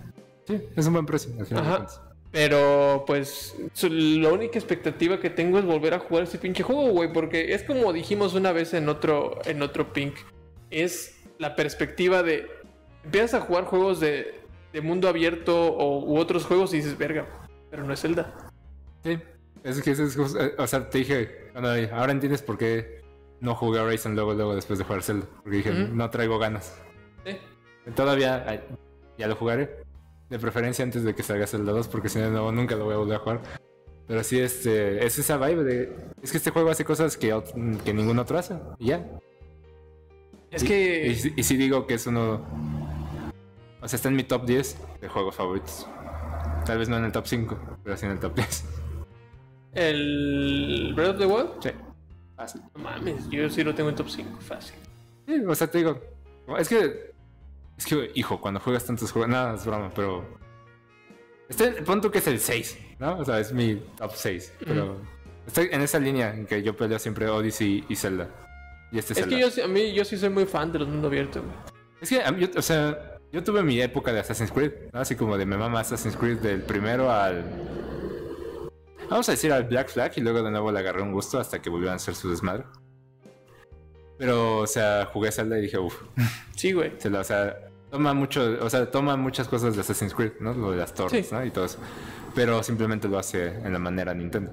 A: Sí, es un buen precio. al final de
B: Ajá.
A: cuentas.
B: Pero pues su- la única expectativa que tengo es volver a jugar ese pinche juego, güey, porque es como dijimos una vez en otro en otro pink, es la perspectiva de empiezas a jugar juegos de, de mundo abierto o u otros juegos y dices, "Verga, pero no es Zelda."
A: Sí, es que eso es justo- eh, O sea, te dije, cuando- ahora entiendes por qué no jugué Horizon luego, luego después de jugar Zelda. Porque dije,
B: Ujú.
A: no traigo ganas.
B: Eh,
A: Todavía ay, ya lo jugaré. De preferencia antes de que salga Zelda 2, porque si no, no, nunca lo voy a volver a jugar. Pero sí, este, es esa vibe de... Es que este juego hace cosas que, ot- que ningún otro hace. Y ya.
B: es
A: Y-
B: que
A: Y, sí- y sí digo que es uno... O sea, está en mi top 10 de juegos favoritos. Tal vez no en el top 5, pero sí en el top 10.
B: el Breath of the Wild,
A: Sí. Fácil.
B: no mames, yo sí lo tengo en top 5 fácil.
A: Sí, o sea, te digo... Es que... Es que, hijo, cuando juegas tantos juegos... Nada, es broma, pero... Este, pon tú que es el 6, ¿no? O sea, es mi top 6, pero... Estoy en esa línea en que yo peleo siempre Odyssey y Zelda. Y este
B: Es
A: Zelda.
B: que yo sí- a mí yo sí soy muy fan de los mundos abiertos. güey.
A: Es que, a mí- yo- o sea, yo tuve mi época de Assassin's Creed, ¿no? Así como de me mama Assassin's Creed del primero al... Vamos a decir al Black Flag y luego de nuevo le agarré un gusto hasta que volvieron a hacer su desmadre. Pero, o sea, jugué Zelda y dije, uff,
B: Sí, güey.
A: o sea, toma mucho, o sea, toma muchas cosas de Assassin's Creed, ¿no? Lo de las torres,
B: Sí.
A: ¿no? Y todo eso. Pero simplemente lo hace en la manera Nintendo.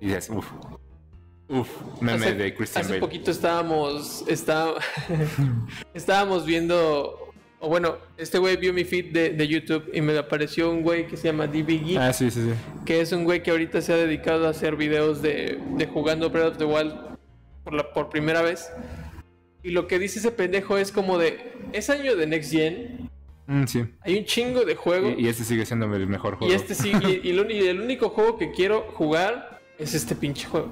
A: Y dices, uff, uff, meme
B: Hace-
A: de Christian
B: Hace
A: Bale.
B: poquito estábamos, está, estábamos viendo, o bueno, este güey vio mi feed de, de YouTube y me apareció un güey que se llama DB Geek,
A: Ah, sí, sí, sí.
B: que es un güey que ahorita se ha dedicado a hacer videos de, de jugando Breath of the Wild por, la, por primera vez. Y lo que dice ese pendejo es como de, es año de Next Gen,
A: Mm, sí.
B: hay un chingo de juego
A: Y, y este sigue siendo el mejor
B: y
A: juego.
B: este sí, y, y lo uni- el único juego que quiero jugar es este pinche juego.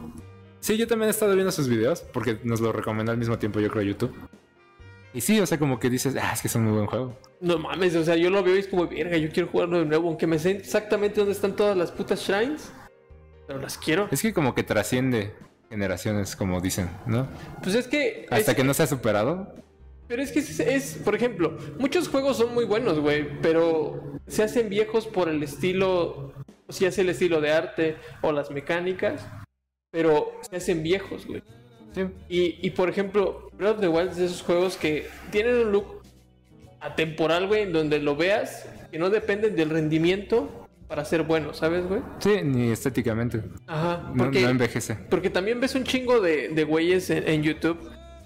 A: Sí, yo también he estado viendo sus videos porque nos lo recomendó al mismo tiempo, yo creo, YouTube. Y sí, o sea, como que dices, ah, es que es un muy buen juego.
B: No mames, o sea, yo lo veo y es como, verga, yo quiero jugarlo de nuevo, aunque me sé exactamente dónde están todas las putas shrines, pero las quiero.
A: Es que como que trasciende generaciones, como dicen, ¿no?
B: Pues es que... es-
A: Hasta que no se ha superado.
B: Pero es que es, es, por ejemplo, muchos juegos son muy buenos, güey, pero se hacen viejos por el estilo, o si hace el estilo de arte o las mecánicas, pero se hacen viejos, güey.
A: Sí.
B: Y, y, por ejemplo, Breath of the Wild es de esos juegos que tienen un look atemporal, güey, en donde lo veas, que no dependen del rendimiento para ser bueno, ¿sabes, güey?
A: Sí, ni estéticamente.
B: Ajá,
A: No,
B: porque,
A: no envejece.
B: porque también ves un chingo de, de güeyes en, en YouTube.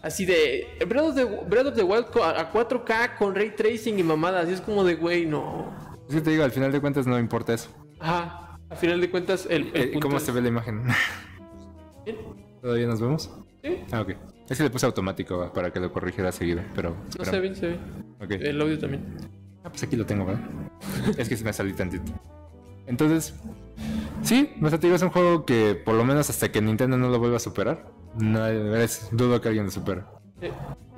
B: Así de Breath of the, Breath of the Wild co- a a 4K con ray tracing y mamadas. Y es como de güey, no.
A: Es que te digo, al final de cuentas no importa eso.
B: Ajá. A final de cuentas, el. el
A: Eh,
B: punto
A: ¿Cómo
B: es-
A: se ve la imagen?
B: ¿Sí?
A: ¿Todavía nos vemos?
B: Sí,
A: Ah, ok. Es que le puse automático para que lo corrigiera seguido, pero...
B: No
A: espera.
B: se ve, se ve.
A: Ok.
B: El audio también.
A: Ah, pues aquí lo tengo, ¿verdad? es que se me salí tantito. Entonces, sí, o sea, te digo, es un juego que por lo menos hasta que Nintendo no lo vuelva a superar, no, es- dudo que alguien lo supere.
B: Sí,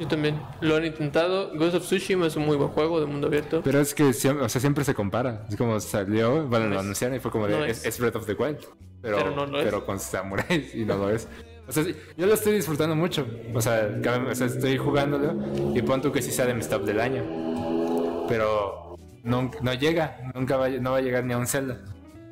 B: yo también. Lo han intentado. Ghost of Tsushima es un muy buen juego de mundo abierto.
A: Pero es que siempre, o sea, siempre se compara. Es como salió, bueno,
B: No
A: lo
B: es.
A: anunciaron y fue como de,
B: No
A: es.
B: es.
A: es Breath of the Wild, pero,
B: Pero no lo es.
A: pero con samuráis y no lo es. O sea, sí, yo lo estoy disfrutando mucho. O sea, cabe- o sea, estoy jugándolo y pon tú que sí sea de mi top del año. Pero no, no llega, nunca va, a- no va a llegar ni a un Zelda.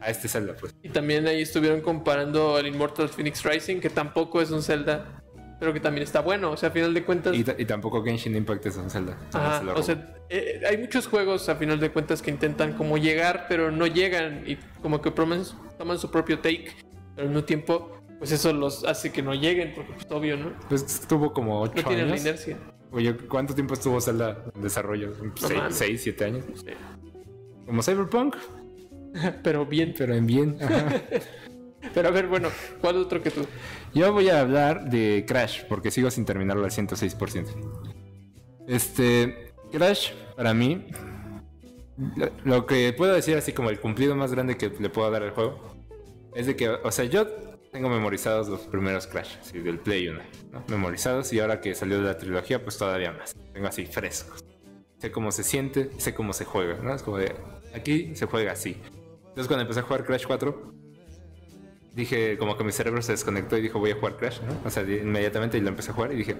A: A este Zelda, pues.
B: Y también ahí estuvieron comparando al Immortal Phoenix Rising, que tampoco es un Zelda, pero que también está bueno. O sea, a final de cuentas.
A: Y, ta- y tampoco Genshin Impact es un Zelda.
B: Ajá,
A: Se lo
B: o
A: robo.
B: sea, eh, hay muchos juegos a final de cuentas que intentan como llegar, pero no llegan y como que promen- toman su propio take, pero al mismo tiempo, pues eso los hace que no lleguen, porque pues obvio, ¿no?
A: pues estuvo como
B: No
A: 8
B: tienen la
A: años.
B: inercia.
A: Oye, ¿cuánto tiempo estuvo Zelda en desarrollo?
B: mames.
A: 6, 7 años.
B: Sí.
A: Como Cyberpunk,
B: Pero bien.
A: pero en bien. Ajá.
B: Pero a ver, bueno, ¿cuál otro que tú?
A: Yo voy a hablar de Crash, porque sigo sin terminarlo al 106%. Este, Crash, para mí, lo- lo que puedo decir así como el cumplido más grande que le puedo dar al juego, es de que, o sea, yo tengo memorizados los primeros Crash, así, del Play 1, ¿no? memorizados, y ahora que salió de la trilogía, pues todavía más. Tengo así frescos. Sé cómo se siente, sé cómo se juega, ¿no? Es como de, aquí se juega así. Entonces cuando empecé a jugar Crash 4, dije, como que mi cerebro se desconectó y dijo, voy a jugar Crash, ¿no? O sea, di- inmediatamente y lo empecé a jugar y dije,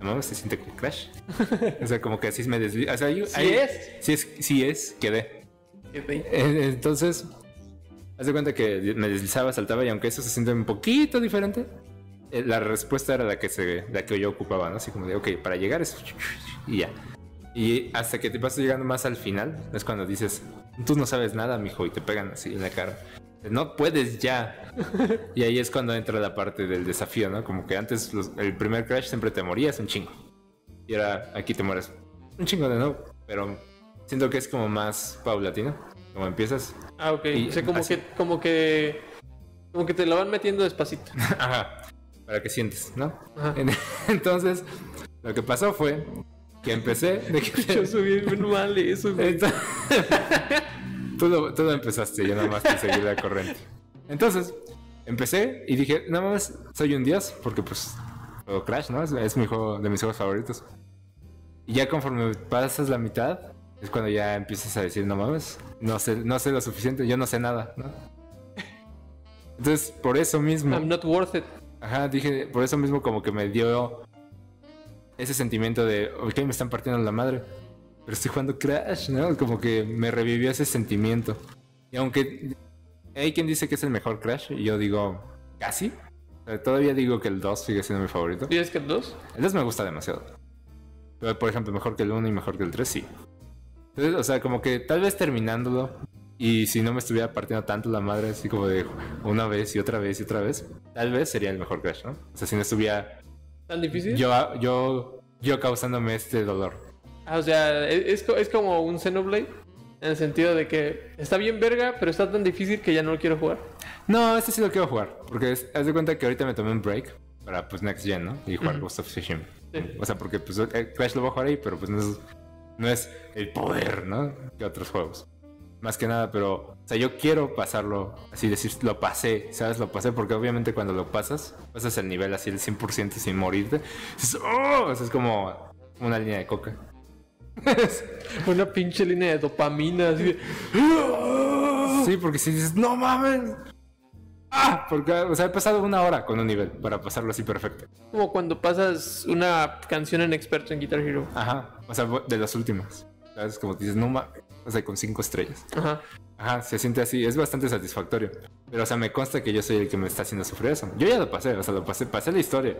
A: no mames, se siente como Crash. o sea, como que así me desvié. O sea, ahí-
B: Sí
A: ahí-
B: es.
A: Sí es, sí es, quedé.
B: Este,
A: Eh, Entonces, haz de cuenta que me deslizaba, saltaba y aunque eso se siente un poquito diferente, eh, la respuesta era la que, se, la que yo ocupaba, ¿no? Así como de, ok, para llegar es... Y ya. Y hasta que te vas llegando más al final, es cuando dices, tú no sabes nada, mijo, y te pegan así en la cara. No puedes ya. Y ahí es cuando entra la parte del desafío, ¿no? Como que antes, los- el primer Crash siempre te morías un chingo. Y ahora aquí te mueres un chingo de nuevo. Pero siento que es como más paulatino. Como empiezas.
B: Ah, ok.
A: Y
B: o sea, como
A: así.
B: que, como que. Como que te la van metiendo despacito.
A: Ajá. Para que sientes, ¿no?
B: Ajá.
A: En- Entonces, lo que pasó fue que empecé. De
B: Yo
A: que,
B: subí bien mal eso, güey.
A: Ento- tú, lo, tú lo empezaste, yo nada más te seguí la corriente. Entonces, empecé y dije, nada más soy un dios, porque pues juego Crash, ¿no? Es, es mi juego de mis juegos favoritos. Y ya conforme pasas la mitad, es cuando ya empiezas a decir, no mames, no sé, no sé lo suficiente, yo no sé nada, ¿no? Entonces, por eso mismo.
B: I'm not worth it.
A: Ajá, dije, por eso mismo como que me dio ese sentimiento de, ok, me están partiendo la madre, pero estoy jugando Crash, ¿no? Como que me revivió ese sentimiento. Y aunque Hay quien dice que es el mejor Crash y yo digo, casi. Pero todavía digo que el 2 sigue siendo mi favorito.
B: ¿Dices que el 2?
A: El 2 me gusta demasiado. Pero, por ejemplo, mejor que el 1 y mejor que el 3, sí. Entonces, o sea, como que tal vez terminándolo y si no me estuviera partiendo tanto la madre, así como de una vez y otra vez y otra vez, tal vez sería el mejor Crash, ¿no? O sea, si no estuviera
B: ¿Tan difícil?
A: yo, yo, yo causándome este dolor.
B: Ah, o sea, es, es co- es como un Xenoblade. En el sentido de que está bien verga, pero está tan difícil que ya no lo quiero jugar.
A: No, este sí lo quiero jugar, porque es- haz de cuenta que ahorita me tomé un break para pues Next Gen, ¿no? Y jugar
B: Ujú.
A: Ghost of Tsushima.
B: Sí.
A: O sea, porque pues eh, Crash lo voy a jugar ahí, pero pues no es, no es el poder, ¿no? Que otros juegos. Más que nada, pero, o sea, yo quiero pasarlo, así decir, lo pasé, ¿sabes? Lo pasé porque obviamente cuando lo pasas, pasas el nivel así el 100% sin morirte. Es, ¡oh! O sea, es como una línea de coca.
B: Una pinche línea de dopamina. Así de...
A: Sí, porque si dices, no mames. Ah, porque, o sea, he pasado una hora con un nivel para pasarlo así perfecto.
B: Como cuando pasas una canción en experto en Guitar Hero.
A: Ajá, o sea, de las últimas. ¿Sabes? Como dices, no mames. O sea, con cinco estrellas.
B: Ajá.
A: Ajá, se siente así, es bastante satisfactorio. Pero, o sea, me consta que yo soy el que me está haciendo sufrir eso. Yo ya lo pasé, o sea, lo pasé, pasé la historia.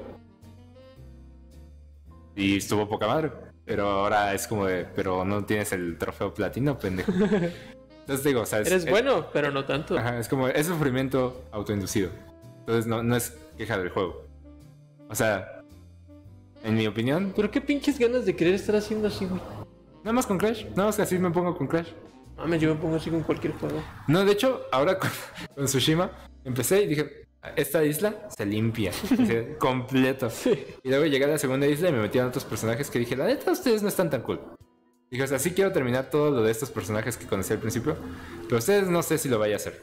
A: Y estuvo poca madre. Pero ahora es como de, pero no tienes el trofeo platino, pendejo. Entonces digo, o sea, es-
B: Eres
A: es-
B: bueno, pero no tanto.
A: Ajá, es como, es sufrimiento autoinducido. Entonces no, no es queja del juego. O sea, en mi opinión,
B: Pero qué pinches ganas de querer estar haciendo así, güey.
A: nada más con Crash. Nada más que así me pongo con Crash.
B: Mames, yo me pongo así con cualquier juego.
A: No, de hecho, ahora con, con Tsushima empecé y dije, esta isla se limpia. Así, completo. Y luego llegué a la segunda isla y me metí a otros personajes que dije, la neta, ustedes no están tan cool. Dije, o sea, sí quiero terminar todo lo de estos personajes que conocí al principio, pero ustedes no sé si lo vaya a hacer.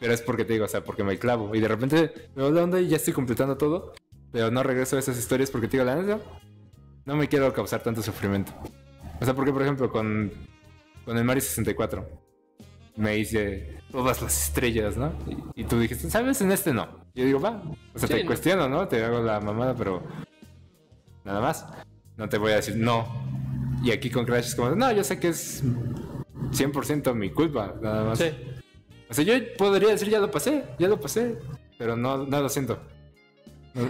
A: Pero es porque te digo, o sea, porque me clavo. Y de repente me voy la onda y ya estoy completando todo, pero no regreso a esas historias porque te digo, la neta, no me quiero causar tanto sufrimiento. O sea, porque por ejemplo, con, con el Mario 64, me hice todas las estrellas, ¿no? Y, y tú dijiste, ¿sabes? En este no. Yo digo, va. O sea,
B: Sí,
A: te
B: ¿no?
A: cuestiono, ¿no? Te hago la mamada, pero nada más. No te voy a decir no. Y aquí con Crash es como, no, yo sé que es 100% mi culpa, nada más.
B: Sí.
A: O sea, yo podría decir, ya lo pasé, ya lo pasé, pero no, no lo siento.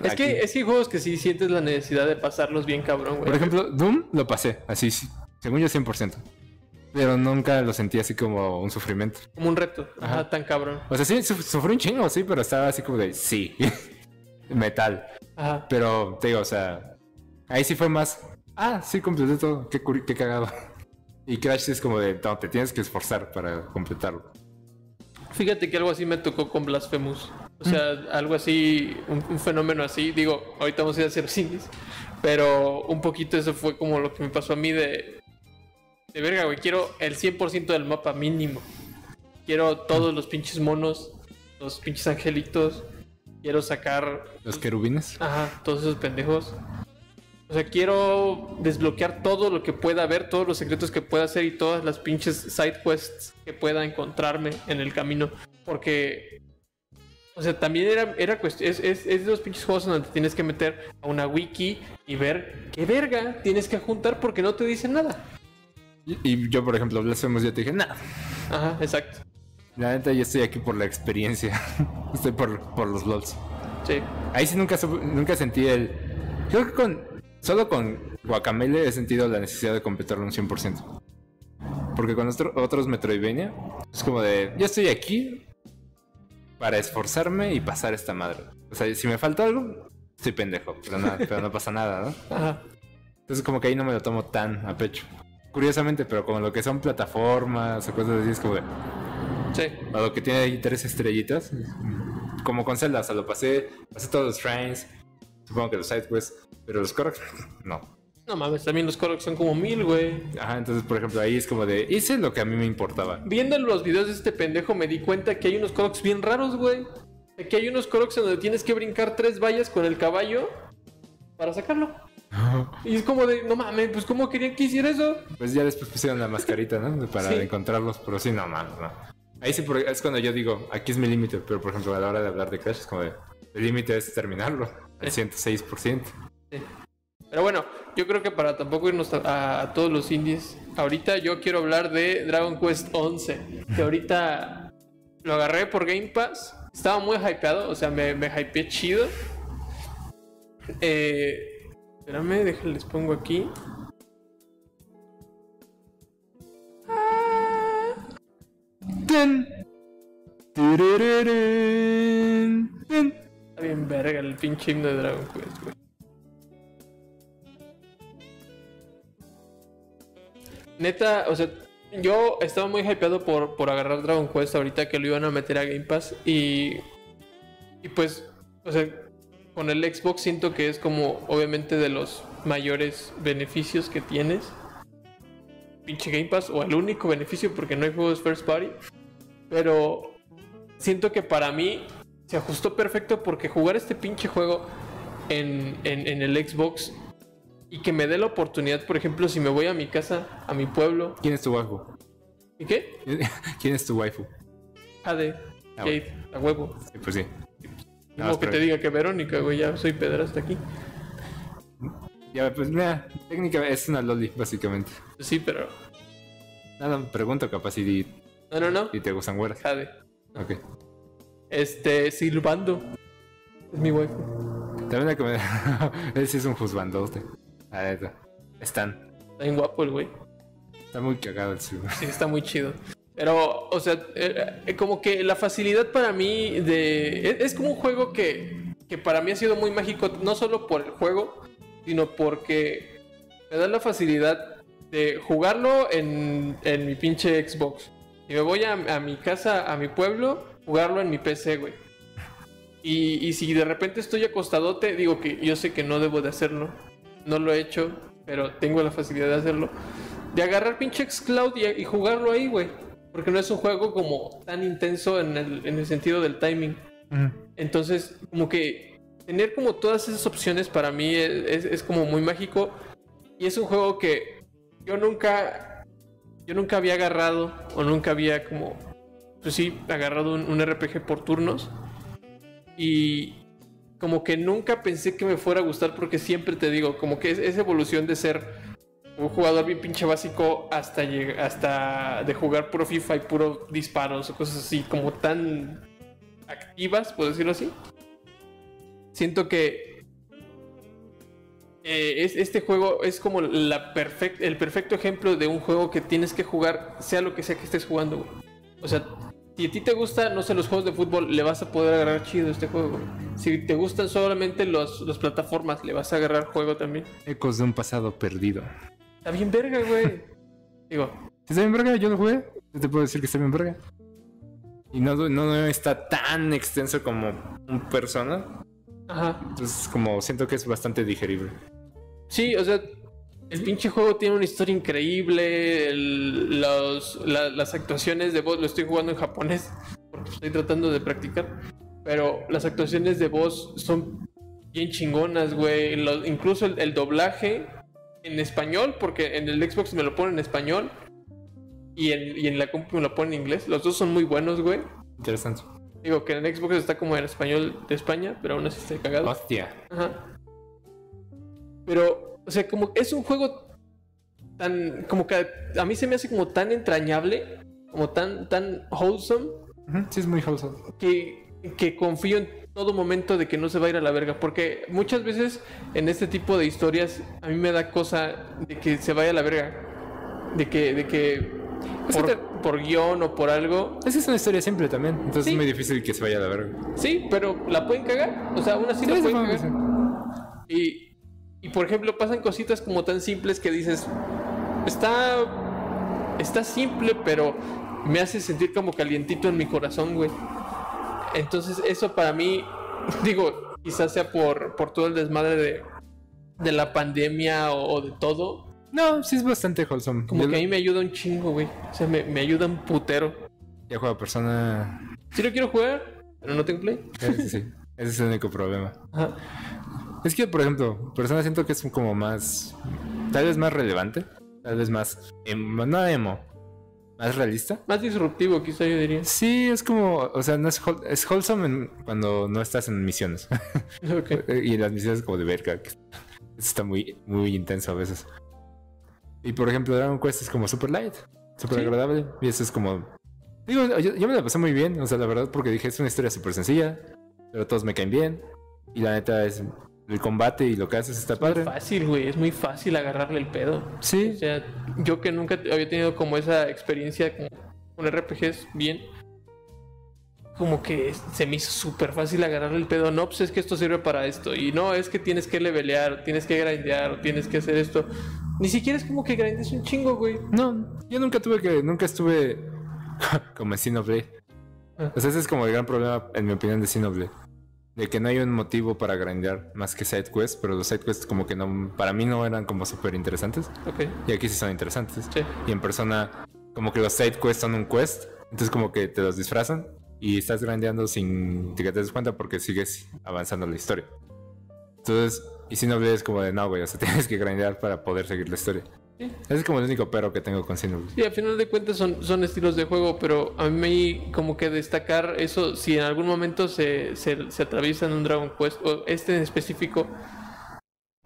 B: Es
A: Aquí.
B: que, es que hay juegos que sí sientes la necesidad de pasarlos bien cabrón, güey.
A: Por ejemplo, Doom lo pasé, así, sí, según yo 100%. Pero nunca lo sentí así como un sufrimiento.
B: Como un reto. Ajá,
A: Ajá.
B: tan cabrón.
A: O sea, sí, su- sufrí un chingo, sí, pero estaba así como de, sí, metal.
B: Ajá.
A: Pero te digo, o sea, ahí sí fue más, ah, sí, completé todo, qué, curi- qué cagado. Y Crash sí es como de, no, te tienes que esforzar para completarlo.
B: Fíjate que algo así me tocó con Blasphemous. O sea, algo así, un, un fenómeno así. Digo, ahorita vamos a ir a hacer cines. Pero un poquito eso fue como lo que me pasó a mí de... De verga, güey. Quiero el 100% del mapa mínimo. Quiero todos los pinches monos, los pinches angelitos. Quiero sacar...
A: Los querubines.
B: Ajá, todos esos pendejos. O sea, quiero desbloquear todo lo que pueda ver, todos los secretos que pueda hacer y todas las pinches side quests que pueda encontrarme en el camino. Porque. O sea, también era, era cuest- es, es, es de los pinches juegos en donde te tienes que meter a una wiki y ver qué verga tienes que juntar porque no te dicen nada.
A: Y, y yo, por ejemplo, Blasphemous, yo te dije, nah,
B: Ajá, exacto.
A: La neta, yo estoy aquí por la experiencia. Estoy por, por los LOLs.
B: Sí.
A: Ahí sí nunca, supe- nunca sentí el. Creo que con. Solo con Guacamele he sentido la necesidad de completarlo un 100%. Porque con otro- otros Metroidvania es como de. Yo estoy aquí para esforzarme y pasar esta madre. O sea, si me falta algo, estoy pendejo. Pero, nada, pero no pasa nada, ¿no?
B: Ajá.
A: Entonces, como que ahí no me lo tomo tan a pecho. Curiosamente, pero como lo que son plataformas o cosas así, es como de.
B: Sí.
A: A lo que tiene ahí tres estrellitas. Como con Zelda, o sea, lo pasé, pasé todos los shrines, supongo que los sidequests, pero los Koroks, no.
B: No mames, también los Koroks son como mil, güey.
A: Ajá, entonces, por ejemplo, ahí es como de, hice lo que a mí me importaba.
B: Viendo los videos de este pendejo me di cuenta que hay unos Koroks bien raros, güey. Que hay unos Koroks en donde tienes que brincar tres vallas con el caballo para sacarlo. Y es como de, no mames, pues ¿cómo querían que hiciera eso?
A: Pues ya después pusieron la mascarita, ¿no? Para
B: Sí.
A: encontrarlos, pero sí, no, man, no. Ahí sí por- es cuando yo digo, aquí es mi límite, pero por ejemplo, a la hora de hablar de Crash es como de, el límite es terminarlo, al
B: Sí.
A: 106%.
B: Pero bueno, yo creo que para tampoco irnos a, a todos los indies, ahorita yo quiero hablar de Dragon Quest 11, que ahorita Lo agarré por Game Pass. Estaba muy hypeado, o sea, me, me hypeé chido. Eh, espérame, déjenles pongo aquí.
A: Ten. Turururun. Ten.
B: Está bien verga el pinche himno de Dragon Quest, güey. Neta, o sea, yo estaba muy hypeado por, por agarrar Dragon Quest ahorita que lo iban a meter a Game Pass y. Y pues, o sea, con el Xbox siento que es como, obviamente, de los mayores beneficios que tienes. Pinche Game Pass, o el único beneficio porque no hay juegos first party. Pero siento que para mí se ajustó perfecto porque jugar este pinche juego en, en- en el Xbox y que me dé la oportunidad, por ejemplo, si me voy a mi casa, a mi pueblo.
A: ¿Quién es tu waifu?
B: ¿Y qué?
A: ¿Quién es tu waifu?
B: Jade,
A: Ah,
B: Jade, a huevo.
A: Sí, Pues sí.
B: No,
A: más
B: que
A: por
B: te
A: ahí.
B: diga que Verónica, güey, ya soy pedrasta aquí.
A: Ya, pues mira, técnicamente es una loli, básicamente.
B: Pues Sí, pero.
A: Nada, me pregunto capaz si,
B: No, no, no.
A: si te gustan güeras.
B: Jade.
A: Ok.
B: Este, silbando. Es mi waifu.
A: También la que me... Él sí es un juzbandote. La neta. Están.
B: Está bien guapo el güey.
A: Está muy cagado el sur.
B: Sí, está muy chido. Pero, o sea, eh, eh, como que la facilidad para mí de... e, Es, es como un juego que, que para mí ha sido muy mágico, no solo por el juego, sino porque me da la facilidad de jugarlo en, en mi pinche Xbox. Y me voy a, a mi casa, a mi pueblo, jugarlo en mi PC, güey. Y, y si de repente estoy acostadote, digo que yo sé que no debo de hacerlo. No lo he hecho, pero tengo la facilidad de hacerlo de agarrar pinche Xcloud y, y jugarlo ahí, güey. Porque no es un juego como tan intenso en el, en el sentido del timing.
A: Mm.
B: Entonces, como que tener como todas esas opciones para mí es, es- es como muy mágico. Y es un juego que yo nunca, yo nunca había agarrado o nunca había como, pues sí, agarrado un, un RPG por turnos. Y como que nunca pensé que me fuera a gustar porque siempre te digo, como que es, es evolución de ser un jugador bien pinche básico hasta, lleg- hasta de jugar puro FIFA y puro disparos o cosas así, como tan activas, por decirlo así. Siento que eh, es, este juego es como la perfect- el perfecto ejemplo de un juego que tienes que jugar, sea lo que sea que estés jugando, güey. O sea, si a ti te gusta, no sé, los juegos de fútbol, le vas a poder agarrar chido este juego. güey. Si te gustan solamente los- las plataformas, le vas a agarrar juego también.
A: Ecos de un pasado perdido.
B: Está bien verga, güey. Digo,
A: ¿Está bien verga? Yo lo jugué. Yo te puedo decir que está bien verga. Y no, no, no está tan extenso como un persona.
B: ajá.
A: Entonces, como siento que es bastante digerible.
B: Sí, o sea, el pinche juego tiene una historia increíble. el- los- la- las actuaciones de voz, lo estoy jugando en japonés porque estoy tratando de practicar. Pero las actuaciones de voz son bien chingonas, güey. lo- incluso el, el doblaje en español, porque en el Xbox me lo ponen en español y en, y en la compu me lo ponen en inglés. Los dos son muy buenos, güey.
A: Interesante.
B: Digo que en el Xbox está como en español de España, pero aún así está cagado.
A: Hostia.
B: Ajá. Pero, o sea, como es un juego tan. como que a mí se me hace como tan entrañable, como tan, tan wholesome,
A: Ujú, Sí, es muy wholesome.
B: que, que confío en todo momento de que no se va a ir a la verga. Porque muchas veces en este tipo de historias a mí me da cosa de que se vaya a la verga. De que, de que
A: Es que
B: por,
A: te-
B: por guión o por algo.
A: Esa es una historia simple también. Entonces
B: Sí.
A: es muy difícil que se vaya a la verga.
B: Sí, pero la pueden cagar. O sea, aún así la
A: Sí,
B: pueden
A: supongo que
B: cagar. Y, y, por ejemplo, pasan cositas como tan simples que dices, está, está simple, pero me hace sentir como calientito en mi corazón, güey. Entonces eso para mí, digo, quizás sea por, por todo el desmadre de, de la pandemia o, o de todo,
A: sí. No, sí es bastante wholesome.
B: como
A: Yo
B: que a mí me ayuda un chingo, güey. O sea, me, me ayuda un putero.
A: ya juego a persona.
B: Si lo quiero jugar, pero no tengo play.
A: Sí, sí. Ese es el único problema.
B: Ajá.
A: Es que, por ejemplo, Persona siento que es como más. Tal vez más relevante. Tal vez más. em- no emo. Más realista.
B: Más disruptivo, quizá yo diría.
A: Sí, es como. O sea, no es, whol- es wholesome en- cuando no estás en misiones.
B: Ok.
A: Eh, y las misiones como de verga. que Está muy, muy intenso a veces. Y por ejemplo, Dragon Quest es como super light. Super
B: Sí.
A: agradable. Y eso es como. Digo, yo, yo me la pasé muy bien, o sea, la verdad, porque dije, es una historia súper sencilla, pero todos me caen bien. Y la neta es el combate y lo que haces está
B: Es
A: padre.
B: fácil, güey, es muy fácil agarrarle el pedo. O
A: Sí,
B: sea, yo que nunca había tenido como esa experiencia con, con RPGs bien, como que se me hizo súper fácil agarrarle el pedo. No, pues es que esto sirve para esto. Y no, es que tienes que levelear, tienes que grindear, tienes que hacer esto. Ni siquiera es como que grindes un chingo, güey.
A: No, yo nunca tuve que, nunca estuve como en Xenoblade.
B: Ah.
A: O sea, ese es como el gran problema, en mi opinión, de Xenoblade. De que no hay un motivo para grandear más que side quests, pero los side quests como que no, para mí no eran como súper interesantes.
B: Ok,
A: Y aquí sí son interesantes.
B: sí.
A: Y en persona, como que los side quests son un quest, entonces como que te los disfrazan y estás grandeando sin que te des cuenta porque sigues avanzando la historia. Entonces, y Xenoblade es como de, no, güey, o sea, tienes que grandear para poder seguir la historia.
B: Sí.
A: Ese es como el único pero que tengo con Xenoblade.
B: Sí, a final de cuentas son, son estilos de juego, pero a mí como que destacar eso, si en algún momento se, se, se atraviesa en un Dragon Quest, o este en específico,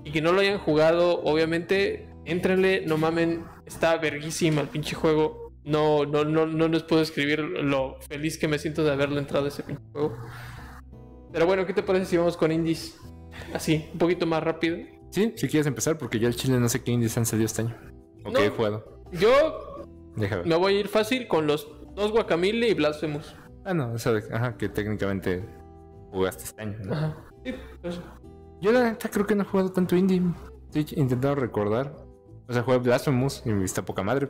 B: y que no lo hayan jugado, obviamente, éntrenle, no mamen, está verguísima el pinche juego. No, no, no, no les puedo escribir lo feliz que me siento de haberle entrado a ese pinche juego. Pero bueno, ¿qué te parece si vamos con indies? Así, un poquito más rápido.
A: Sí, si quieres empezar, porque yo el chile no sé qué indies han salido este año. O
B: No.
A: qué he jugado.
B: Yo
A: Déjame.
B: me voy a ir fácil con los dos Guacamole y Blasphemous.
A: Ah, no, o sea, ajá, que técnicamente jugaste este año. ¿no?
B: Ajá. Sí, pues,
A: Yo la neta creo que no he jugado tanto indie. Estoy intentando recordar. O sea, jugué Blasphemous y está poca madre.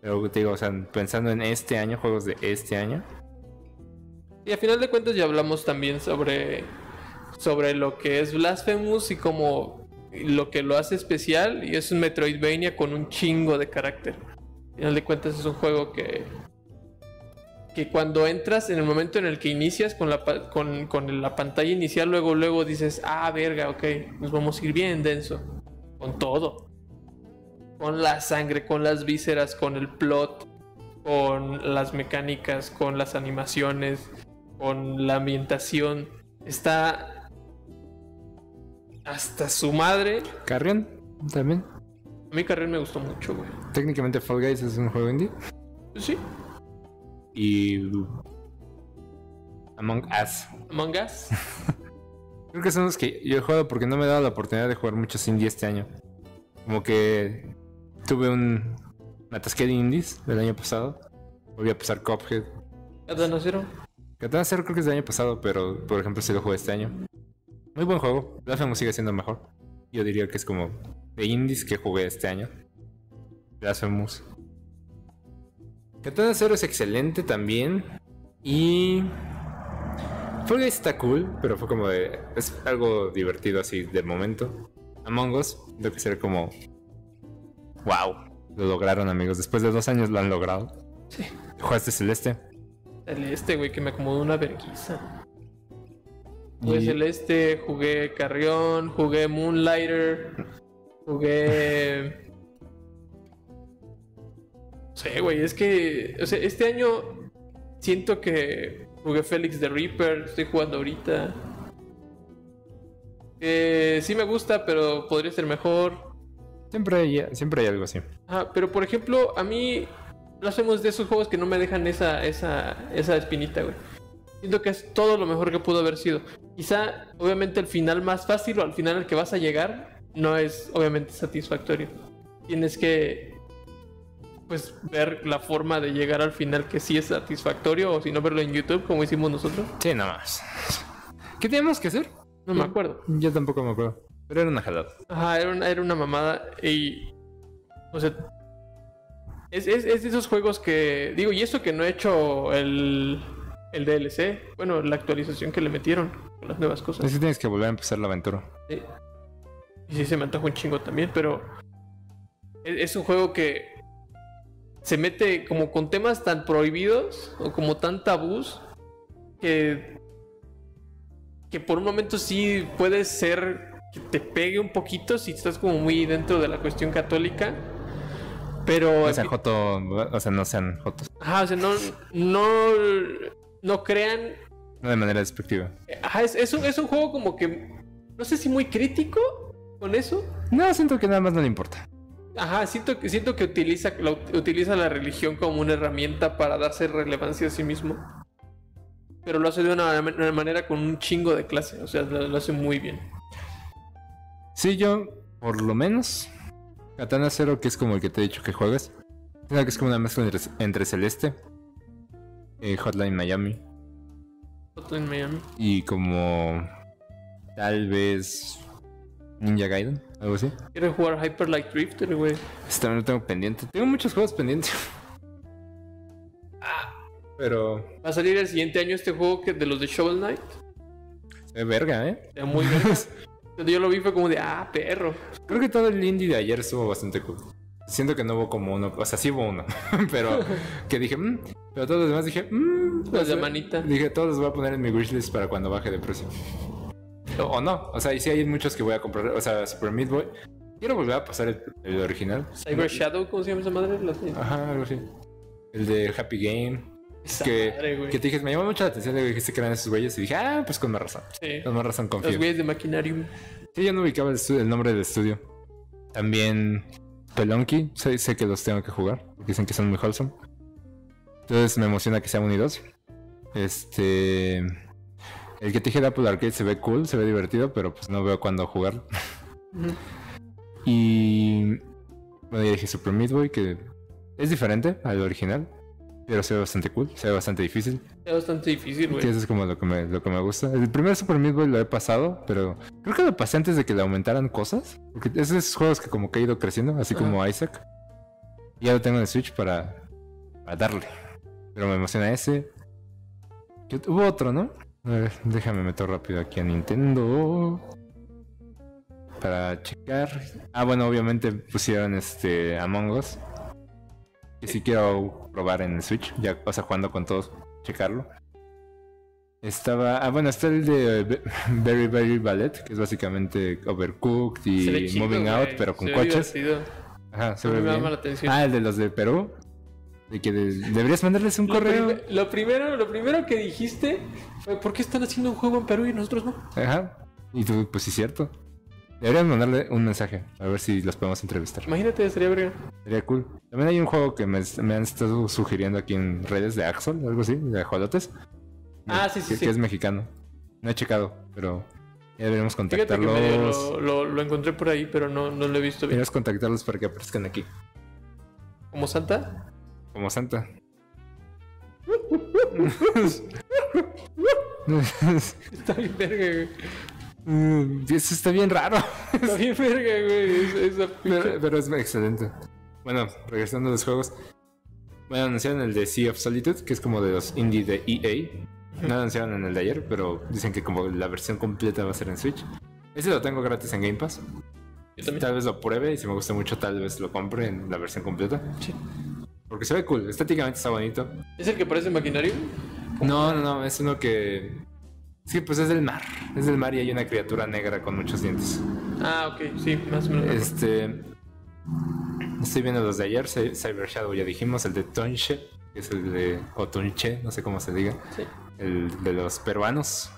A: Pero te digo, o sea, pensando en este año, juegos de este año.
B: Y a final de cuentas ya hablamos también sobre, sobre lo que es Blasphemous y como lo que lo hace especial y es un Metroidvania con un chingo de carácter. A final de cuentas es un juego que que cuando entras en el momento en el que inicias con la, pa- con, con la pantalla inicial luego luego dices, "Ah, verga, ok, nos vamos a ir bien denso con todo." Con la sangre, con las vísceras, con el plot, con las mecánicas, con las animaciones, con la ambientación. Está hasta su madre.
A: Carrion también.
B: A mi carrera me gustó mucho, güey.
A: Técnicamente Fall Guys es un juego indie.
B: Sí,
A: Y. Among Us.
B: Among Us.
A: Creo que son los que yo he jugado porque no me he dado la oportunidad de jugar muchos indie este año. Como que tuve un atasque de indies del año pasado. Volví a pasar Cuphead.
B: Katana Zero.
A: Katana Zero creo que es del año pasado, pero por ejemplo se lo jugué este año. Muy buen juego. Blasphemous sigue siendo el mejor. Yo diría que es como de indies que jugué este año. Blasphemous. Katana Zero es excelente también. Y... Fall Guys está cool, pero fue como de... Es algo divertido así de momento. Among Us, lo que será como... ¡Wow! Lo lograron amigos. Después de dos años lo han logrado.
B: Sí.
A: ¿Jugaste Celeste?
B: Celeste, este güey, que me acomodó una vergüenza. Jugué
A: Y-
B: Celeste, jugué Carrión, jugué Moonlighter, jugué. No sé, güey, es que. O sea, este año siento que jugué Félix the Reaper, estoy jugando ahorita. Eh, sí me gusta, pero podría ser mejor.
A: Siempre hay, siempre hay algo así.
B: Ajá, pero por ejemplo, a mí lo hacemos de esos juegos que no me dejan esa, esa, esa espinita, güey. Siento que es todo lo mejor que pudo haber sido. Quizá, obviamente, el final más fácil o al final al que vas a llegar no es, obviamente, satisfactorio. Tienes que, pues, ver la forma de llegar al final que sí es satisfactorio o si no, verlo en YouTube, como hicimos nosotros.
A: Sí, nada más. ¿Qué teníamos que hacer?
B: No me acuerdo.
A: Yo tampoco me acuerdo. Pero era una jalada.
B: Ajá, era una, era una mamada y... O sea... Es, es- es de esos juegos que... Digo, y eso que no he hecho el, el DLC. Bueno, la actualización que le metieron. con Las nuevas
A: Es
B: cosas.
A: que tienes que volver a empezar la aventura.
B: Sí. Y sí, se me antoja un chingo también, pero... e-, Es, es un juego que... Se mete como con temas tan prohibidos o como tan tabús que... Que por un momento sí puede ser que te pegue un poquito si estás como muy dentro de la cuestión católica. Pero...
A: No sean joto, o sea, no sean jotos.
B: Ajá, o sea, no, no, no crean
A: No de manera despectiva.
B: Ajá, es, es un, es un juego como que. No sé si muy crítico con eso.
A: No, siento que nada más no le importa.
B: Ajá, siento que, siento que utiliza, la, utiliza la religión como una herramienta para darse relevancia a sí mismo. Pero lo hace de una, una manera con un chingo de clase. O sea, lo, lo hace muy bien.
A: Sí, yo, por lo menos, Katana Zero, que es como el que te he dicho que juegas, que es como una mezcla entre, entre Celeste, eh, Hotline Miami,
B: Hotline Miami.
A: y como tal vez Ninja Gaiden, algo así.
B: Quiero jugar Hyper Light Drifter, güey.
A: Este también lo tengo pendiente. Tengo muchos juegos pendientes. Pero
B: Va a salir el siguiente año este juego que de los de Shovel Knight.
A: es verga, ¿eh?
B: Era muy bien. Cuando yo lo vi fue como de, ah, perro.
A: Creo que todo el indie de ayer estuvo bastante cool. Siento que no hubo como uno, o sea, sí hubo uno, pero que dije, "Mm", pero todos los demás dije, "Mm",
B: Los de
A: o sea,
B: manita.
A: Dije, todos los voy a poner en mi wishlist para cuando baje de precio. O, o no, o sea, y sí hay muchos que voy a comprar, o sea, Super Meat Boy. Quiero volver a pasar el, el original.
B: Cyber Shadow, ¿cómo se llama esa madre? La-
A: Ajá, algo así. El de Happy Game.
B: Esa madre,
A: que,
B: güey.
A: que te dije, me llamó mucho la atención de que dijiste que eran esos güeyes y dije, ah, pues con más razón.
B: Sí.
A: Con más razón
B: Los
A: confío.
B: güeyes de Maquinarium.
A: Sí, yo no ubicaba el, estu- el nombre del estudio. También Pelonky, sé, sé que los tengo que jugar, porque dicen que son muy wholesome. Entonces me emociona que sean unidos. Este. El que te dije de Apple Arcade se ve cool, se ve divertido, pero pues no veo cuándo jugar.
B: Ujú.
A: Y. Bueno, ya dije Super Meat Boy, que es diferente al original, pero se ve bastante cool, se ve bastante difícil.
B: Es bastante difícil,
A: Sí,
B: güey.
A: eso es como lo que, me, lo que me gusta. El primer Super Meat Boy lo he pasado, pero creo que lo pasé antes de que le aumentaran cosas. Porque es de esos juegos que como que he ido creciendo, así
B: Ajá.
A: como Isaac. Y ya lo tengo en el Switch para, para darle. Pero me emociona ese. ¿Qué ot- hubo otro, ¿no? A ver, déjame meter rápido aquí a Nintendo. Para checar. Ah, bueno, obviamente pusieron este Among Us. Que sí quiero probar en el Switch. Ya, o sea, jugando con todos, checarlo. Estaba. Ah, bueno, está el de eh, Be- Very Very Ballet, que es básicamente Overcooked
B: Se ve
A: y
B: chido,
A: Moving Out,
B: güey.
A: pero con
B: Se ve
A: coches.
B: divertido.
A: Ajá, se
B: A mí
A: ve
B: me
A: bien.
B: llama la atención.
A: Ah, el de los de Perú. De que de- deberías mandarles un
B: Lo,
A: correo.
B: prim- lo primero, lo primero que dijiste fue, ¿por qué están haciendo un juego en Perú y nosotros no?
A: Ajá. Y tú, pues sí, cierto. Deberías mandarle un mensaje, a ver si los podemos entrevistar.
B: Imagínate, sería verga.
A: Sería cool. También hay un juego que me, me han estado sugiriendo aquí en redes de Axel, algo así, de Jolotes.
B: Ah, sí, sí,
A: que,
B: sí.
A: que es mexicano. No he checado, pero ya deberíamos
B: Fíjate que medio
A: contactarlos.
B: lo, lo, lo encontré por ahí, pero no, no lo he visto bien.
A: Deberíamos contactarlos para que aparezcan aquí,
B: ¿Como Santa?
A: como Santa.
B: Está bien verga, güey.
A: Mm, Eso está bien raro.
B: Está bien verga, güey. Es- esa pinche-
A: Pero, pero es excelente. Bueno, regresando a los juegos. Bueno, anunciaron el de Sea of Solitude, que es como de los indie de EA. No anunciaron en el de ayer, pero dicen que como la versión completa va a ser en Switch. Ese lo tengo gratis en Game Pass.
B: Yo también.
A: Tal vez lo pruebe y si me gusta mucho, tal vez lo compre en la versión completa.
B: Sí.
A: Porque se ve cool, estéticamente está bonito.
B: ¿Es el que parece maquinario?
A: No, no, no, es uno que. Es que pues es del mar. Es del mar y hay una criatura negra con muchos dientes.
B: Ah, ok, sí, más o menos.
A: Este. Estoy viendo los de ayer, Cy- Cyber Shadow ya dijimos, el de Tonche, que es el de. O Tonche, no sé cómo se diga.
B: Sí.
A: El de los peruanos.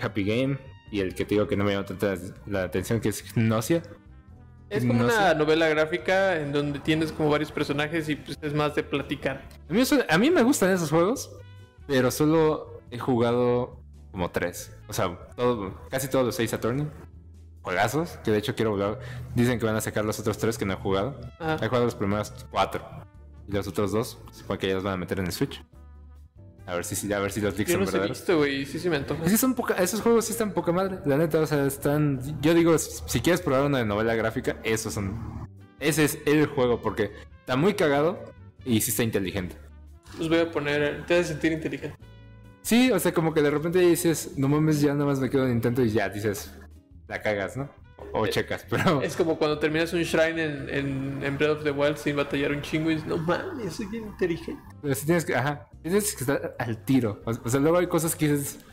A: Happy Game. Y el que te digo que no me llama tanta la atención, que es Gnosia.
B: Es como
A: no
B: una novela gráfica en donde tienes como varios personajes y pues es más de platicar.
A: A mí, eso- a mí me gustan esos juegos, pero solo he jugado como tres. O sea, todo- casi todos los seis Saturn. Juegazos, que de hecho quiero volver. Dicen que van a sacar los otros tres que no he jugado.
B: Ajá.
A: He jugado los primeros cuatro. Y los otros dos, supongo que ya los van a meter en el Switch. A ver si, a ver si los leaks
B: Yo
A: son
B: no sé
A: verdaderos.
B: visto, güey, sí se me antoja.
A: Es que son poca- esos juegos sí están poca madre. La neta, o sea, están. Yo digo, si si quieres probar una novela gráfica, esos son. Ese es el juego, porque está muy cagado y sí está inteligente.
B: Los voy a poner, te vas a sentir inteligente.
A: Sí, o sea, como que de repente dices, no mames, ya nada más me quedo en intento y ya dices, la cagas, ¿no? O,
B: Eh,
A: o checas, pero.
B: Es como cuando terminas un shrine en, en, en Breath of the Wild sin batallar un chingo y dices, no mames, soy bien inteligente.
A: Pero sí tienes que, ajá, tienes que estar al tiro. O, o sea, luego hay cosas que dices,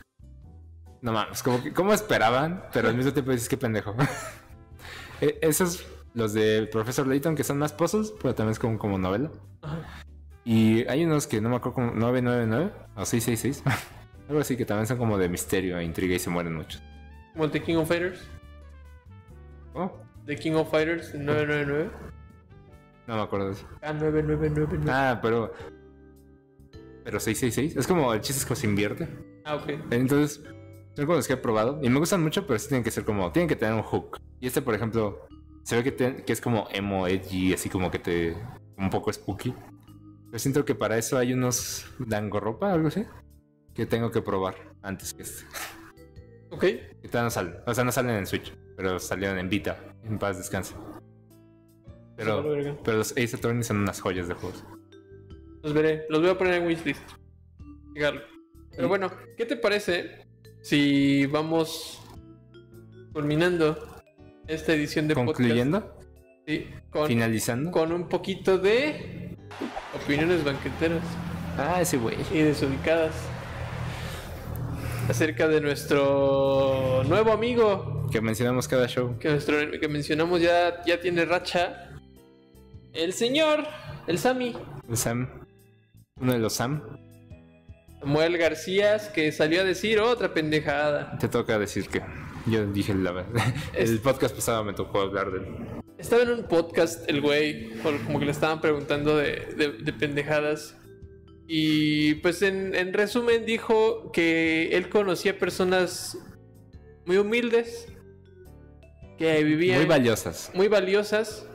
A: no mames, como que, ¿cómo esperaban? Pero al mismo tiempo dices, qué pendejo. E- Esos, los de Professor Layton, que son más puzzles, pero también es como, como novela.
B: Ajá.
A: Y hay unos que no me acuerdo, como 999 o 666. Algo así que también son como de misterio e intriga y se mueren muchos.
B: Como el de King of Fighters.
A: Oh,
B: de King of Fighters, el 999.
A: No me acuerdo de eso.
B: Ah, K9999. Ah,
A: Ah, pero. Pero 666. Es como el chiste es que se invierte.
B: Ah, ok.
A: Entonces, son como los que he probado. Y me gustan mucho, pero sí tienen que ser como. Tienen que tener un hook. Y este, por ejemplo, se ve que, te- que es como emo edgy, así como que te. Un poco spooky. Pero siento que para eso hay unos dangorropa, algo así. Que tengo que probar antes que este.
B: Ok.
A: Que todavía no salen. O sea, no salen en Switch, pero salieron en Vita. En paz descanse.
B: Vale,
A: Pero,
B: verga.
A: pero los Ace Attorney son unas joyas de juegos.
B: Los veré. Los voy a poner en wishlist. Llegarlo. Pero
A: Sí.
B: bueno, ¿qué te parece si vamos culminando esta edición de
A: Concluyendo,
B: podcast? Sí, con,
A: finalizando.
B: con un poquito de opiniones banqueteras
A: Ah, ese güey.
B: y desubicadas acerca de nuestro nuevo amigo
A: Que mencionamos cada show.
B: que, nuestro, que mencionamos ya, ya tiene racha. El señor, el Sami,
A: El Sam. Uno de los Sam.
B: Samuel García, que salió a decir otra pendejada.
A: Te toca decir que. Yo dije la verdad. El
B: Es-
A: podcast pasado me tocó hablar de él.
B: Estaba en un podcast el güey, por- como que le estaban preguntando de, de- de pendejadas. Y pues en, en resumen dijo que él conocía personas muy humildes, que vivían
A: Muy valiosas.
B: muy valiosas,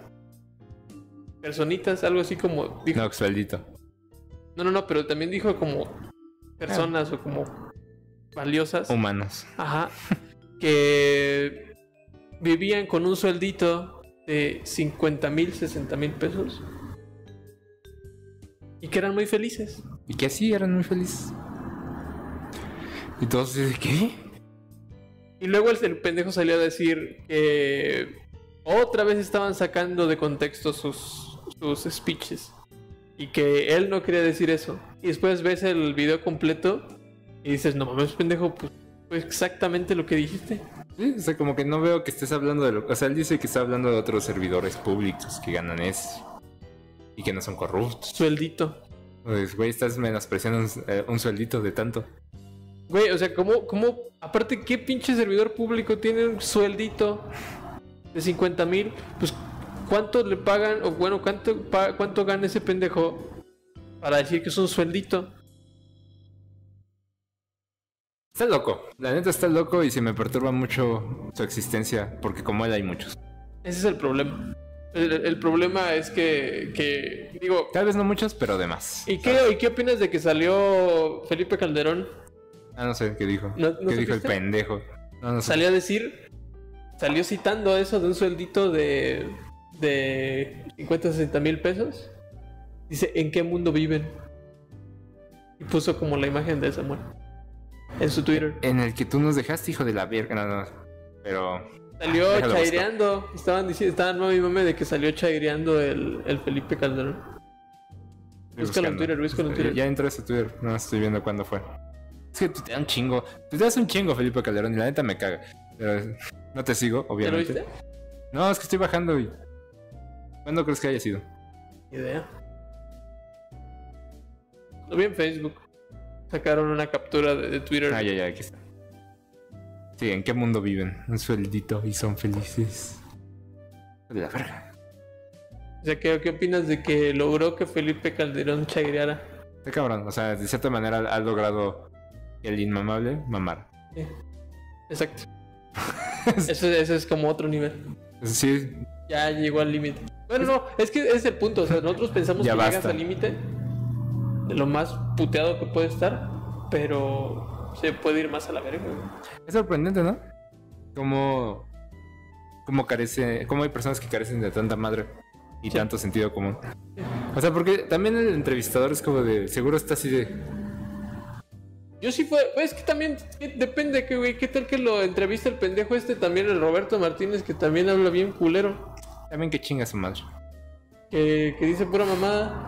B: personitas, algo así como dijo
A: No, pues, Oxfaldito.
B: No, no, no, pero también dijo como personas o como valiosas.
A: Humanos.
B: Ajá. Que vivían con un sueldito de 50 mil, 60 mil pesos. Y que eran muy felices.
A: Y que así eran muy felices. Y todos dicen, ¿qué?
B: Y luego el, el pendejo salió a decir que otra vez estaban sacando de contexto sus, sus speeches. Y que él no quería decir eso. Y después ves el video completo y dices, no mames, pendejo, pues fue exactamente lo que dijiste.
A: Sí, o sea, como que no veo que estés hablando de lo. O sea, él dice que está hablando de otros servidores públicos que ganan eso. Y que no son corruptos.
B: Sueldito.
A: Pues, güey, estás menospreciando un, eh, un sueldito de tanto.
B: Güey, o sea, ¿cómo, cómo, aparte, qué pinche servidor público tiene un sueldito de 50 mil? Pues, ¿cuánto le pagan? O bueno, ¿cuánto, pa- ¿cuánto gana ese pendejo para decir que es un sueldito?
A: Está loco, la neta está loco y se me perturba mucho su existencia, porque como él hay muchos.
B: Ese es el problema. El, el problema es que, que digo,
A: Tal vez no muchos, pero demás.
B: ¿y qué, ¿y qué opinas de que salió Felipe Calderón?
A: Ah, no sé qué dijo.
B: ¿No- no
A: ¿Qué dijo el
B: supiste?
A: pendejo? No, no sé.
B: Salió a decir, salió citando eso de un sueldito de, de 50, 60 mil pesos. Dice, ¿en qué mundo viven? Y puso como la imagen de Samuel en su Twitter.
A: En el que tú nos dejaste, hijo de la verga. No, no. Pero.
B: Salió
A: déjalo busco.
B: chaireando. Estaban diciendo, estaban mami mame de que salió chaireando el, el Felipe Calderón.
A: estoy
B: Búscalo en
A: buscando. Eh,
B: Twitter, búscalo en Twitter.
A: Ya entré a su Twitter, no estoy viendo cuándo fue. Es que tú te das un chingo. Tú te das un chingo, Felipe Calderón, y la neta me caga. Pero no te sigo,
B: ¿Ya lo
A: obviamente.
B: viste?
A: No, es que estoy bajando y. ¿Cuándo crees que haya sido?
B: Ni idea. Lo vi en Facebook. Sacaron una captura de, de Twitter.
A: Ah, ya, ya, aquí está. Sí, ¿en qué mundo viven? Un sueldito y son felices. De la verga.
B: O sea, ¿qué, ¿qué opinas de que logró que Felipe Calderón chaireara?
A: Está cabrón, o sea, de cierta manera ha logrado el inmamable mamar.
B: Exacto. eso, eso es como otro nivel.
A: Sí,
B: Ya llegó al límite. Bueno, no, es que ese es el punto. O sea, nosotros pensamos
A: Ya
B: que llegas
A: basta.
B: al límite de lo más puteado que puede estar, pero se puede ir más a la verga. güey.
A: es sorprendente, ¿no? Como, como carece, como hay personas que carecen de tanta madre y
B: Sí.
A: tanto sentido común. O sea, porque también el entrevistador es como de, seguro está así de,
B: Yo sí fue, pues es que también que- depende que güey, qué tal que lo entrevista el pendejo este también el Roberto Martínez que también habla bien culero,
A: también que chinga su madre.
B: que, que dice pura mamada.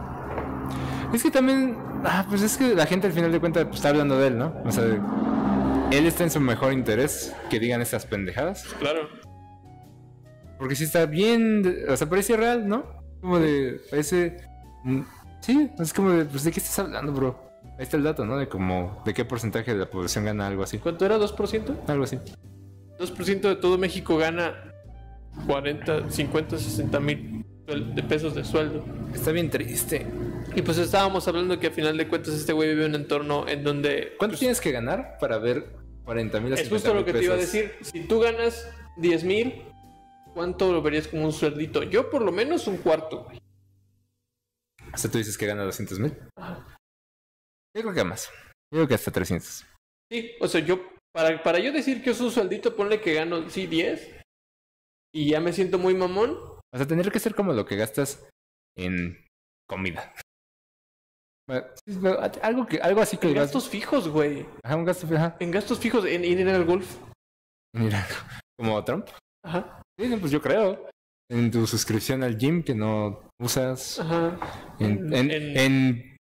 A: Es que también, ah, pues es que la gente al final de cuentas pues, está hablando de él, ¿no? O sea, él está en su mejor interés que digan estas pendejadas.
B: Claro.
A: Porque si está bien, de- o sea, parece real, ¿no? Como de, parece, mm, sí, es como de, pues de qué estás hablando, bro. Ahí está el dato, ¿no? De como, de qué porcentaje de la población gana algo así.
B: ¿Cuánto era? ¿2%?
A: Algo así.
B: 2% de todo México gana 40, 50, 60 mil suel- de pesos de sueldo.
A: Está bien triste.
B: Y pues estábamos hablando que a final de cuentas este güey vive en un entorno en donde...
A: ¿Cuánto tienes que ganar para ver 40 mil a 50
B: Pues Es justo lo
A: mil
B: que te iba a
A: pesos?
B: decir. Si tú ganas 10 mil, ¿cuánto lo verías como un sueldito? Yo por lo menos un cuarto, güey.
A: O sea, tú dices que gana 200 mil. Yo creo que más.
C: Yo creo que hasta 300.
B: Sí, o sea, yo, para, para yo decir que es un sueldito, ponle que gano, sí, 10. Y ya me siento muy mamón.
A: O sea, tendría que ser como lo que gastas en comida. Bueno, sí, no, a- algo, que, algo así que
B: En
A: gastas.
B: gastos fijos, güey.
A: Ajá, un gasto. Ajá.
B: En gastos fijos, en ir al golf.
A: Mira, como Trump.
B: Ajá,
A: Sí, no, pues yo creo. En tu suscripción al gym que no usas.
B: ajá.
A: En, en-
B: En-
A: en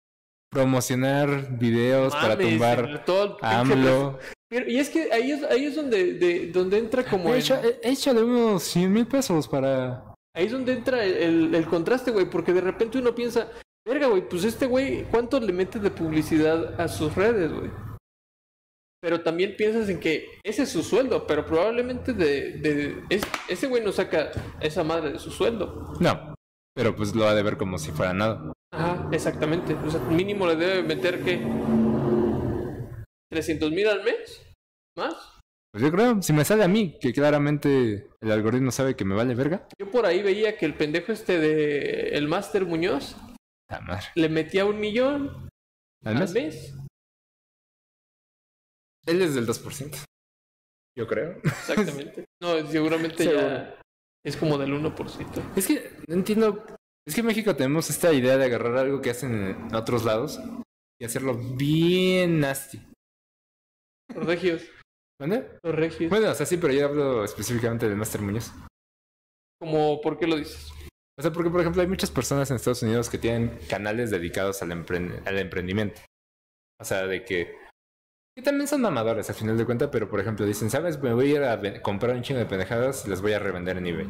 A: promocionar videos para
B: Mames,
A: tumbar
B: en todo el pinche
A: a AMLO.
B: Pero, y es que ahí es, ahí es donde, de- donde entra como... el-
A: Echa- e- échale unos 100 mil pesos para.
B: ahí es donde entra el, el- el contraste, güey, porque de repente uno piensa, verga, güey, pues este güey, ¿cuánto le mete de publicidad a sus redes, güey? Pero también piensas en que ese es su sueldo, pero probablemente de, de- es- ese güey no saca esa madre de su sueldo.
A: No, pero pues lo ha de ver como si fuera nada.
B: Ajá, exactamente. O sea, mínimo le debe meter que 300 mil al mes, más.
A: Pues yo creo, si me sale a mí, que claramente el algoritmo sabe que me vale verga.
B: Yo por ahí veía que el pendejo este de el Master Muñoz
A: La madre.
B: le metía un millón
A: Al mes.
B: Al mes.
A: Él es del 2%. Yo creo.
B: Exactamente. No, seguramente
A: Seguro.
B: ya es como del 1%.
A: Es que no entiendo. Es que en México tenemos esta idea de agarrar algo que hacen en otros lados y hacerlo bien nasty.
B: Los regios,
A: ¿Vale?
B: los regios.
A: Bueno, o sea, sí, pero yo hablo específicamente del Master Muñoz.
B: Como, ¿por qué lo dices?
A: O sea, porque por ejemplo hay muchas personas en Estados Unidos que tienen canales dedicados al, empre- al emprendimiento. O sea, de que... Que también son mamadores al final de cuentas, pero por ejemplo dicen, ¿sabes? Me voy a ir a ven- comprar un chingo de pendejadas y las voy a revender en eBay.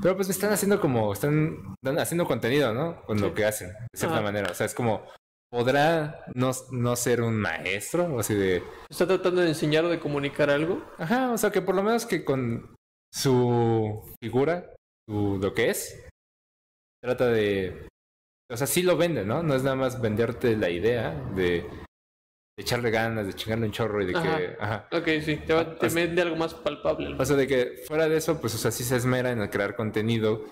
A: Pero pues están haciendo como... Están dan- haciendo contenido, ¿no? Con lo
B: Sí.
A: que hacen, de cierta
B: Ajá.
A: manera. O sea, es como... ¿Podrá no, no ser un maestro? O así de...
B: ¿Está tratando de enseñar o de comunicar algo?
A: Ajá, o sea, que por lo menos que con su figura, su, lo que es, trata de... O sea, sí lo vende, ¿no? No es nada más venderte la idea de, de echarle ganas, de chingarle un chorro y de que... Ajá.
B: Ok, sí, te, va,
A: Ah,
B: te vende algo más palpable.
A: O sea, de que fuera de eso, pues, o sea, sí se esmera en crear contenido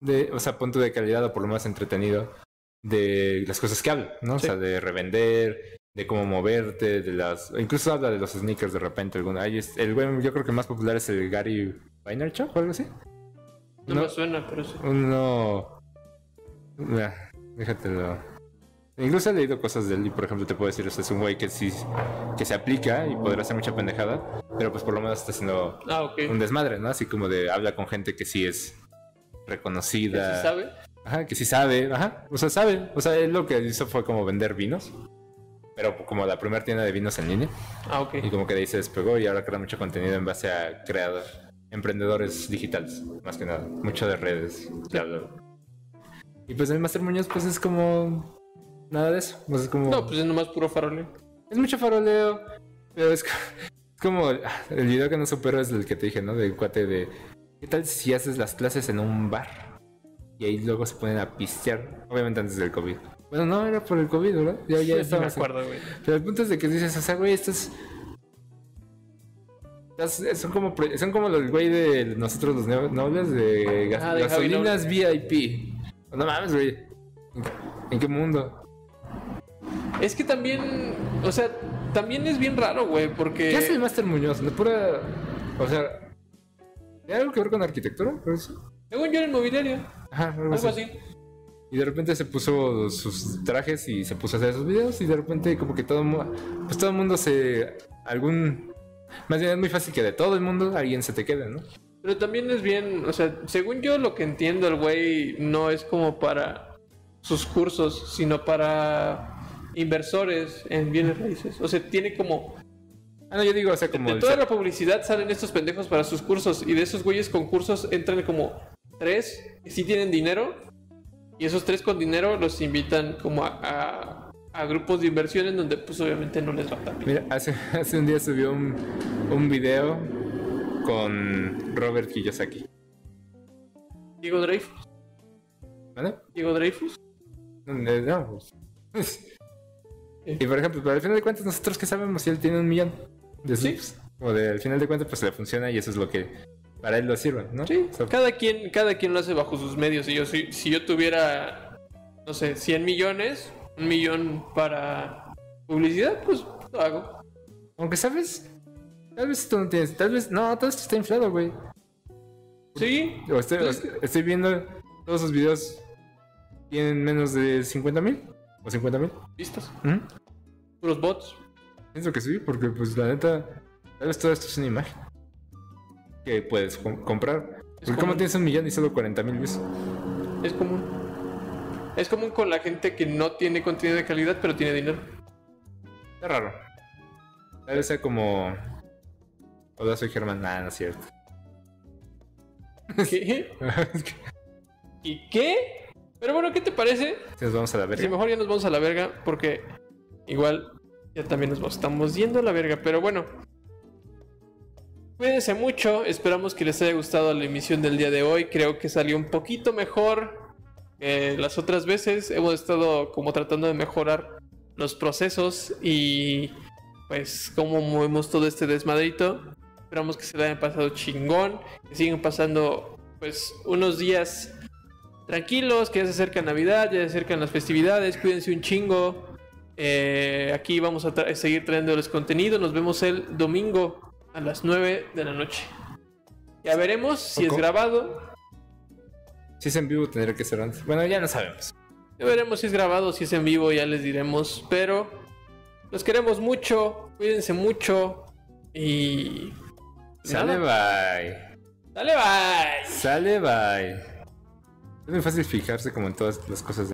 A: de, o sea, punto de calidad o por lo menos entretenido de las cosas que habla, ¿no?
B: Sí.
A: O sea, de revender, de cómo moverte, de las... Incluso habla de los sneakers de repente, alguna... Ay, es- el güey, yo creo que más popular es el Gary Vaynerchuk o algo así.
B: No,
A: no.
B: me suena, pero sí.
A: Uno... Mira, déjatelo. Incluso he leído cosas de él y, por ejemplo, te puedo decir, o sea, es un güey que sí, que se aplica y podrá hacer mucha pendejada, pero pues por lo menos está haciendo
B: Ah, ok.
A: un desmadre, ¿no? Así como de habla con gente que sí es
B: ¿Ya
A: reconocida.
B: se sabe?
A: Ajá, que sí sabe, ajá. O sea, sabe. O sea, él lo que hizo fue como vender vinos. Pero como la primera tienda de vinos en línea.
B: Ah, ok.
A: Y como que de ahí se despegó y ahora crea mucho contenido en base a creador, emprendedores digitales, más que nada. Mucho de redes, bla, bla, bla. Y pues el Master Muñoz, pues es como. Nada de eso. O sea, es como.
B: No, pues es nomás puro faroleo.
A: Es mucho faroleo, pero es, co- es como el el video que no supero es el que te dije, ¿no? Del cuate de ¿qué tal si haces las clases en un bar? Y ahí luego se ponen a pistear, obviamente antes del COVID. Bueno, no era por el COVID, ¿verdad? Ya, ya
B: Sí, sí me
A: estábamos en-
B: acuerdo, güey.
A: pero el punto es de que dices, o sea, güey, estas. estas- Son como, pre- son como los güey de nosotros los no- nobles de, gas-
B: Ajá, Ah, de Javi
A: gasolinas VIP. No mames, güey. ¿En qué- ¿En qué mundo?
B: Es que también, o sea, también es bien raro, güey, porque...
A: ¿Qué hace el Master Muñoz? ¿No pura. O sea. ¿Tiene algo que ver con arquitectura? Pero sí.
B: Según yo era inmobiliario,
A: Ajá,
B: algo
A: algo así.
B: así.
A: Y de repente se puso sus trajes y se puso a hacer esos videos. Y de repente, como que todo, mu- pues todo el mundo se. Algún. Más bien es muy fácil que de todo el mundo alguien se te quede, ¿no?
B: Pero también es bien, o sea, según yo lo que entiendo, el güey no es como para sus cursos, sino para inversores en bienes raíces. O sea, tiene como...
A: Ah, no, yo digo, o sea, como.
B: De
A: el
B: toda
A: sa-
B: la publicidad salen estos pendejos para sus cursos y de esos güeyes con cursos entran como tres que sí tienen dinero y esos tres con dinero los invitan como a, a- a grupos de inversión en donde pues obviamente no les va tan bien.
A: Mira, hace, hace un día subió un, un video con Robert Kiyosaki.
B: Diego Dreyfus.
A: ¿Vale?
B: Diego Dreyfus.
A: Eh, no, pues. Y por ejemplo, pero al final de cuentas, nosotros que sabemos si él tiene un millón de
B: Sí.
A: subs. O de, al final de cuentas, pues le funciona y eso es lo que para él lo sirve, ¿no?
B: Sí,
A: O sea,
B: cada quien, cada quien lo hace bajo sus medios. Y yo, si, si yo tuviera, no sé, 100 millones, un millón para publicidad, pues lo hago.
A: aunque sabes, tal vez tú no tienes, tal vez, no, todo esto está inflado, güey.
B: Sí,
A: O estoy, o
B: Sí.
A: estoy viendo todos sus videos tienen menos de 50 mil o 50 mil.
B: vistas,
A: Ujú.
B: puros bots.
A: Pienso que sí, porque pues la neta, tal vez todo esto es una imagen que puedes com- comprar.
B: Es
A: Porque
B: como-
A: ¿Cómo tienes un millón y solo 40 mil views?
B: Es común. Es común con la gente que no tiene contenido de calidad, pero tiene dinero.
A: Está raro. Tal vez sea como. Hola, soy Germán. Nah, no es cierto.
B: ¿Qué? ¿Y qué? Pero bueno, ¿qué te parece?
A: Si Nos vamos a la
B: Si
A: verga.
B: mejor ya nos vamos a la verga, porque igual ya también nos vamos- estamos yendo a la verga. Pero bueno, cuídense mucho. Esperamos que les haya gustado la emisión del día de hoy. Creo que salió un poquito mejor que las otras veces. Hemos estado como tratando de mejorar los procesos y pues cómo movemos todo este desmadrito. Esperamos que se la hayan pasado chingón, que sigan pasando pues unos días tranquilos, que ya se acerca Navidad, ya se acercan las festividades, cuídense un chingo. Eh, aquí vamos a tra- seguir trayéndoles contenido. Nos vemos el domingo a las 9 de la noche. Ya veremos si es
A: Ojo.
B: grabado.
A: Si es en vivo, tendría que ser antes. Bueno, ya no sabemos.
B: Ya veremos si es grabado, si es en vivo, ya les diremos. Pero los queremos mucho, cuídense mucho y.
A: Sale,
B: nada.
A: bye.
B: Dale, bye.
A: Sale, bye. Es muy fácil fijarse como en todas las cosas.